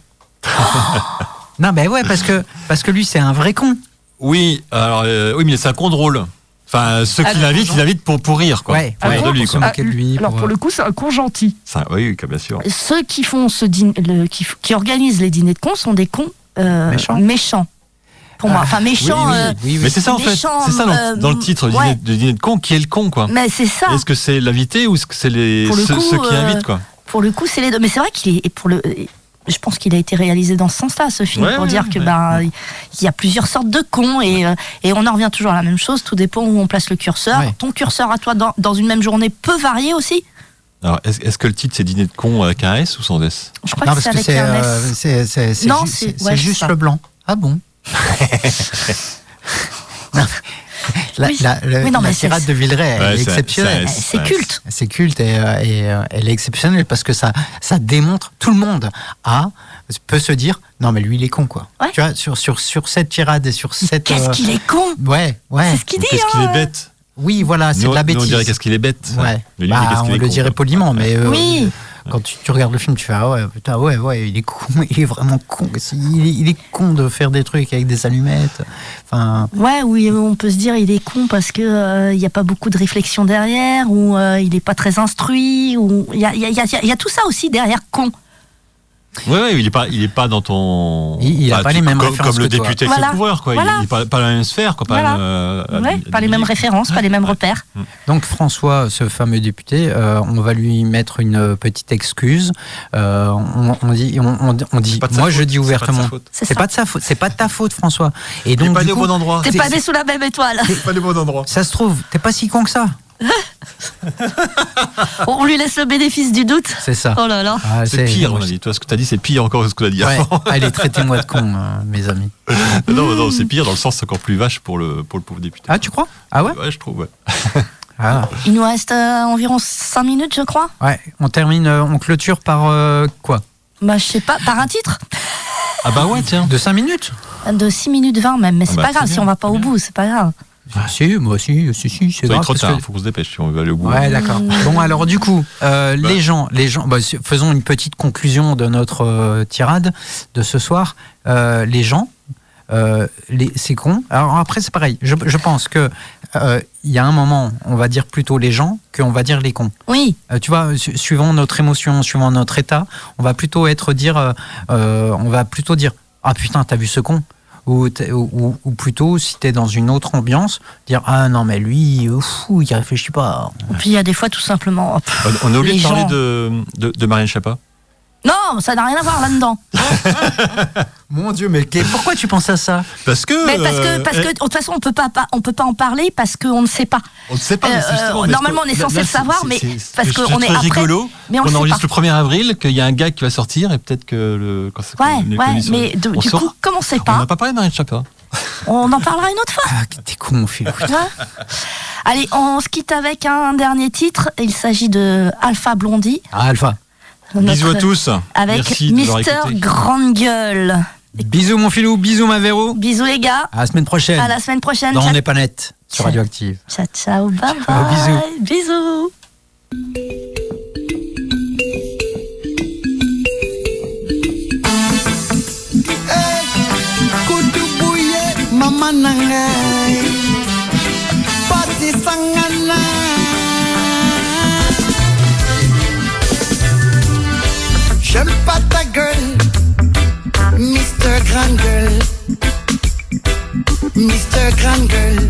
[SPEAKER 1] non, mais ouais, parce que, parce que lui, c'est un vrai con.
[SPEAKER 3] Oui, alors euh, oui, mais c'est un con drôle. Enfin, ceux qui
[SPEAKER 1] Ah,
[SPEAKER 3] l'invitent,
[SPEAKER 1] non.
[SPEAKER 3] ils l'invitent pour, pour rire, quoi.
[SPEAKER 1] Ouais,
[SPEAKER 3] pour
[SPEAKER 1] ouais.
[SPEAKER 3] rire de lui,
[SPEAKER 1] Ah,
[SPEAKER 3] euh,
[SPEAKER 1] Pour se
[SPEAKER 3] quoi.
[SPEAKER 1] moquer de lui,
[SPEAKER 4] Alors, pour le coup, c'est un con gentil.
[SPEAKER 3] Ça, oui, oui, bien sûr.
[SPEAKER 4] Ceux qui font ce dîner, le- qui, f- qui organisent les dîners de cons sont des cons euh,
[SPEAKER 1] Méchants.
[SPEAKER 4] méchants. pour moi. Enfin, méchant.
[SPEAKER 3] Ah. Oui, oui,
[SPEAKER 4] euh,
[SPEAKER 3] oui, oui. Mais c'est ça en fait, c'est
[SPEAKER 4] méchant,
[SPEAKER 3] ça
[SPEAKER 4] euh,
[SPEAKER 3] dans, dans le titre, le
[SPEAKER 4] ouais.
[SPEAKER 3] dîner, le dîner de con, qui est le con quoi
[SPEAKER 4] euh, Mais c'est ça.
[SPEAKER 3] Est-ce que c'est l'invité ou est-ce que c'est les
[SPEAKER 4] Pour le
[SPEAKER 3] ceux,
[SPEAKER 4] coup,
[SPEAKER 3] ceux qui
[SPEAKER 4] euh,
[SPEAKER 3] invitent quoi
[SPEAKER 4] Pour le coup, c'est les deux. Mais c'est vrai qu'il est et pour le. Je pense qu'il a été réalisé dans ce sens-là, ce film,
[SPEAKER 3] Ouais,
[SPEAKER 4] pour
[SPEAKER 3] ouais,
[SPEAKER 4] dire que
[SPEAKER 3] ouais.
[SPEAKER 4] ben il y a plusieurs sortes de cons et, euh, et on en revient toujours à la même chose. Tout dépend où on place le curseur. Ton curseur à toi dans, dans une même journée peut varier aussi.
[SPEAKER 3] Alors est-ce est-ce que le titre c'est dîner de con avec un S ou sans S
[SPEAKER 4] Je crois Non, que parce c'est que avec c'est, un S. euh,
[SPEAKER 1] c'est- c'est- c'est
[SPEAKER 4] Non,
[SPEAKER 1] ju-
[SPEAKER 4] c'est-
[SPEAKER 1] c'est- c'est
[SPEAKER 4] ouais, c'est
[SPEAKER 1] juste
[SPEAKER 4] ça.
[SPEAKER 1] le blanc. Ah bon La, la- la-
[SPEAKER 4] Oui, non,
[SPEAKER 1] la
[SPEAKER 4] mais c'est-
[SPEAKER 1] tirade de Villeray,
[SPEAKER 4] Ouais,
[SPEAKER 1] elle est
[SPEAKER 4] c'est-
[SPEAKER 1] exceptionnelle.
[SPEAKER 4] c'est- Eh, c'est- C'est culte.
[SPEAKER 1] C'est culte et, euh, et, euh, elle est exceptionnelle parce que ça, ça démontre tout le monde à peut se dire non mais lui il est con quoi. Tu vois sur sur sur cette tirade et sur cette. euh,
[SPEAKER 4] Qu'est-ce qu'il est con
[SPEAKER 1] Ouais ouais.
[SPEAKER 4] C'est ce qu'il Ou dit, qu'est-ce
[SPEAKER 3] qu'il hein. est bête.
[SPEAKER 1] Oui voilà c'est
[SPEAKER 3] Nous,
[SPEAKER 1] de la
[SPEAKER 3] nous,
[SPEAKER 1] bêtise.
[SPEAKER 3] on dirait qu'est-ce qu'il est bête.
[SPEAKER 1] Ouais.
[SPEAKER 3] Mais lui,
[SPEAKER 1] Bah,
[SPEAKER 3] qu'est-ce qu'il
[SPEAKER 1] on
[SPEAKER 3] est
[SPEAKER 1] le
[SPEAKER 3] con,
[SPEAKER 1] dirait
[SPEAKER 3] quoi.
[SPEAKER 1] poliment, mais euh,
[SPEAKER 4] Oui.
[SPEAKER 1] quand tu, tu regardes le film, tu fais ah ouais, putain, ouais, ouais, il est con, il est vraiment con. Qu'est-ce- Il est, il est con de faire des trucs avec des allumettes. Enfin,
[SPEAKER 4] Ouais, oui, on peut se dire il est con parce que euh, il n'y a pas beaucoup de réflexion derrière, ou euh, il n'est pas très instruit, ou il y a, il y a- il y a- il y a tout ça aussi derrière con.
[SPEAKER 3] Ouais, ouais, il est pas, il est pas dans ton.
[SPEAKER 1] Il- il a
[SPEAKER 3] Bah,
[SPEAKER 1] pas
[SPEAKER 3] tu-
[SPEAKER 1] les mêmes
[SPEAKER 3] comme,
[SPEAKER 1] références
[SPEAKER 3] comme le
[SPEAKER 1] que toi.
[SPEAKER 3] député avec
[SPEAKER 4] Voilà.
[SPEAKER 3] ses couvreurs, quoi.
[SPEAKER 4] Voilà.
[SPEAKER 3] Il, il est pas, pas dans la même sphère, quoi. Pas
[SPEAKER 4] Voilà.
[SPEAKER 3] euh,
[SPEAKER 4] Ouais, pas les mêmes références, pas les mêmes repères.
[SPEAKER 1] donc François, ce fameux député, euh, on va lui mettre une petite excuse. Euh, on, on dit, on, on- on dit,
[SPEAKER 3] de sa
[SPEAKER 1] moi je
[SPEAKER 3] faute,
[SPEAKER 1] dis
[SPEAKER 3] c'est pas de sa
[SPEAKER 1] ouvertement,
[SPEAKER 3] faute.
[SPEAKER 4] C'est
[SPEAKER 1] c'est pas de sa faute, c'est pas de ta faute, François. Et donc
[SPEAKER 3] pas
[SPEAKER 1] du
[SPEAKER 3] né au
[SPEAKER 1] coup,
[SPEAKER 3] bon endroit.
[SPEAKER 4] T'es
[SPEAKER 1] t'es-
[SPEAKER 4] pas né sous la même étoile.
[SPEAKER 3] pas le bon endroit.
[SPEAKER 1] Ça se trouve, t'es pas si con que ça.
[SPEAKER 4] On lui laisse le bénéfice du doute.
[SPEAKER 1] C'est ça.
[SPEAKER 4] Oh là là.
[SPEAKER 1] Ah,
[SPEAKER 3] c'est pire, on a dit. Toi, ce que t'as dit, c'est pire encore que ce qu'on a dit
[SPEAKER 1] Ouais.
[SPEAKER 3] avant.
[SPEAKER 1] Allez, traitez-moi de con, euh, mes amis.
[SPEAKER 3] non, non, c'est pire dans le sens c'est encore plus vache pour le, pour le pauvre député.
[SPEAKER 1] Ah, tu crois Ah ouais
[SPEAKER 3] Ouais, je trouve, ouais.
[SPEAKER 1] Ah.
[SPEAKER 4] Il nous reste euh, environ 5 minutes, je crois.
[SPEAKER 1] Ouais, on termine, euh, on clôture par euh, quoi
[SPEAKER 4] Bah, je sais pas, par un titre
[SPEAKER 3] Ah bah ouais, tiens.
[SPEAKER 1] De 5 minutes
[SPEAKER 4] De 6 minutes 20 même, mais c'est
[SPEAKER 3] Ah bah,
[SPEAKER 4] pas grave,
[SPEAKER 3] c'est
[SPEAKER 4] si on va pas au bout, c'est pas grave.
[SPEAKER 1] Ah, Si, moi si, si, si, c'est
[SPEAKER 3] Ça va
[SPEAKER 1] grave.
[SPEAKER 3] être trop
[SPEAKER 1] parce
[SPEAKER 3] tard,
[SPEAKER 1] que-
[SPEAKER 3] faut qu'on se dépêche si on veut aller au bout.
[SPEAKER 1] Ouais, d'accord. Bon, alors du coup, euh,
[SPEAKER 3] Bah.
[SPEAKER 1] les gens, les gens, bah, si- faisons une petite conclusion de notre euh, tirade de ce soir. Euh, les gens, euh, les- c'est con. Alors après, c'est pareil. Je, je pense que euh, il y a un moment, on va dire plutôt les gens qu'on va dire les cons.
[SPEAKER 4] Oui.
[SPEAKER 1] Euh, tu vois, su- suivant notre émotion, suivant notre état, on va plutôt être dire, euh, euh, on va plutôt dire, ah putain, t'as vu ce con. Ou, t'es- ou- ou- ou plutôt, si t'es dans une autre ambiance, dire Ah non, mais lui, euh, fou, il réfléchit pas.
[SPEAKER 4] Et puis il y a des fois tout simplement. oh, pff,
[SPEAKER 3] On, on a oublié
[SPEAKER 4] les
[SPEAKER 3] de parler
[SPEAKER 4] gens.
[SPEAKER 3] de, de, de Marianne Chapa.
[SPEAKER 4] Non, ça n'a rien à voir là-dedans.
[SPEAKER 1] Mon Dieu, mais qu'est- pourquoi tu penses à ça
[SPEAKER 3] Parce que.
[SPEAKER 4] Mais parce que,
[SPEAKER 3] euh,
[SPEAKER 4] parce que, de
[SPEAKER 3] elle-
[SPEAKER 4] toute façon, on peut pas, pas- on peut pas en parler parce qu'on ne sait pas.
[SPEAKER 3] eh, On ne sait pas. mais
[SPEAKER 4] Euh,
[SPEAKER 3] justement,
[SPEAKER 4] euh,
[SPEAKER 3] mais
[SPEAKER 4] normalement,
[SPEAKER 3] ce que-
[SPEAKER 4] on est censé
[SPEAKER 3] là,
[SPEAKER 4] le
[SPEAKER 3] c'est-
[SPEAKER 4] savoir,
[SPEAKER 3] c'est-
[SPEAKER 4] mais
[SPEAKER 3] c'est-
[SPEAKER 4] parce
[SPEAKER 3] je
[SPEAKER 4] qu'on
[SPEAKER 3] trouve
[SPEAKER 4] est
[SPEAKER 3] très
[SPEAKER 4] après,
[SPEAKER 3] rigolo.
[SPEAKER 4] mais on le
[SPEAKER 3] qu'on
[SPEAKER 4] sait
[SPEAKER 3] enregistre
[SPEAKER 4] pas.
[SPEAKER 3] le 1er avril, qu'il y a un gars qui va sortir et peut-être que le. Quand quand
[SPEAKER 4] Ouais,
[SPEAKER 3] les
[SPEAKER 4] ouais,
[SPEAKER 3] commissions-
[SPEAKER 4] mais de-
[SPEAKER 3] on
[SPEAKER 4] du
[SPEAKER 3] saura.
[SPEAKER 4] coup, comme on sait
[SPEAKER 3] On
[SPEAKER 4] pas,
[SPEAKER 3] n'a pas parlé de Marianne Chapa.
[SPEAKER 4] on en parlera une autre fois.
[SPEAKER 1] Ah, t'es con, mon fils.
[SPEAKER 4] Ouais. Allez, on se quitte avec un dernier titre. Il s'agit de Alpha Blondie.
[SPEAKER 1] Ah, Alpha.
[SPEAKER 3] Bisous à
[SPEAKER 4] Notre-
[SPEAKER 3] tous.
[SPEAKER 4] Avec
[SPEAKER 3] Merci de nous avoir
[SPEAKER 4] Mister
[SPEAKER 3] écoutés.
[SPEAKER 4] Grande Gueule.
[SPEAKER 1] Bisous, mon filou, bisous, ma Véro.
[SPEAKER 4] Bisous les gars.
[SPEAKER 1] À la semaine prochaine.
[SPEAKER 4] À la semaine prochaine.
[SPEAKER 1] Dans On
[SPEAKER 4] Ciao.
[SPEAKER 1] n'est pas net sur Radioactive.
[SPEAKER 4] Ciao, ciao, bye
[SPEAKER 1] Ciao,
[SPEAKER 4] bye. Bisous. Bisous.
[SPEAKER 12] kudu buye mama nangai pati sangana J'aime pas ta gueule, Mister Grande Gueule, Mister Grande Gueule.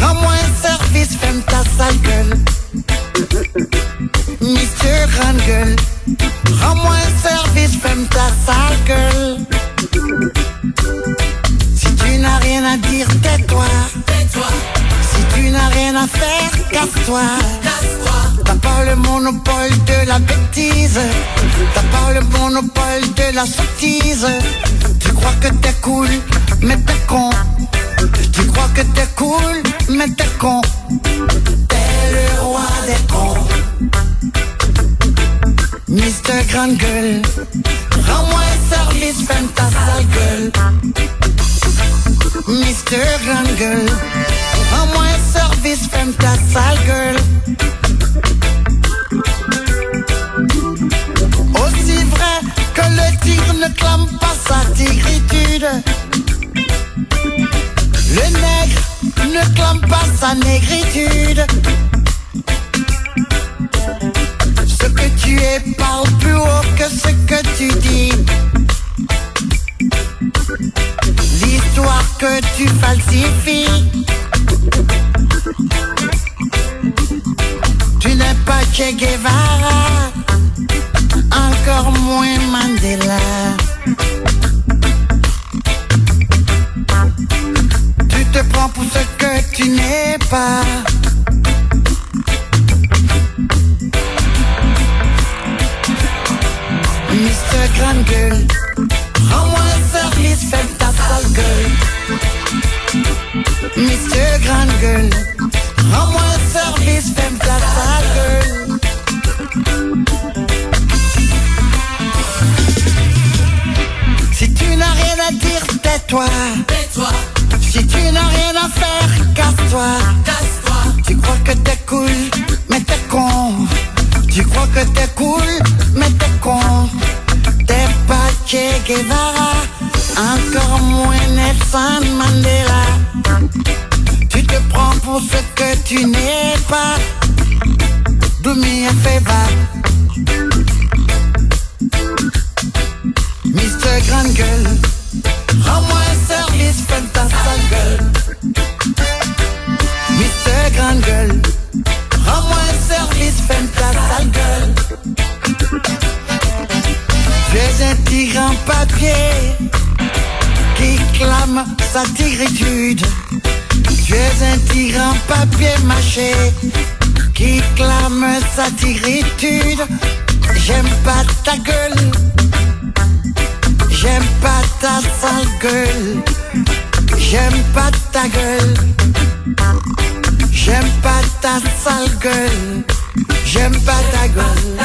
[SPEAKER 12] Rends-moi un service, ferme ta sale gueule, Mister Grande Gueule. Rends-moi un service, ferme ta sale gueule. Si tu n'as rien à dire, tais-toi. Si tu n'as rien à faire, casse-toi. T'as pas le monopole de la bêtise. T'as pas le monopole de la sottise. Tu crois que t'es cool, mais t'es con. Tu crois que t'es cool, mais t'es con. T'es le roi des cons. Mister Grande Gueule. Rends-moi un service, ferme ta sale gueule. Mister Grande Gueule. Rends-moi un service, ferme ta sale gueule. Aussi vrai que le tigre ne clame pas sa tigritude. Le nègre ne clame pas sa négritude. Ce que tu es parle plus haut que ce que tu dis. L'histoire que que tu falsifies. Tu n'es pas Che Guevara, encore moins Mandela. Tu te prends pour ce que tu n'es pas. Mr. Grande Gueule, rends-moi service, fais ta sale gueule. Mr. Grande Gueule, rends-moi service, fais ta sale gueule. Si tu n'as rien à dire, tais-toi. Tais-toi. Si tu n'as rien à faire, casse-toi. Casse-toi. Tu crois que t'es cool, mais t'es con. Tu crois que t'es cool, mais t'es con. T'es pas Che Guevara, encore moins Nelson Mandela. Tu te prends pour ce que tu n'es pas. Doumia Feba. Mister Grande Gueule, rends-moi un service, fais ta sale gueule. Mister Grande Gueule, rends-moi un service, fais ta sale gueule. Tu es un tigre en papier qui clame sa tigritude. Tu es un tigre en papier mâché qui clame sa tigritude. J'aime pas ta gueule, j'aime pas ta sale gueule, j'aime pas ta gueule, j'aime pas ta sale gueule, j'aime pas ta gueule.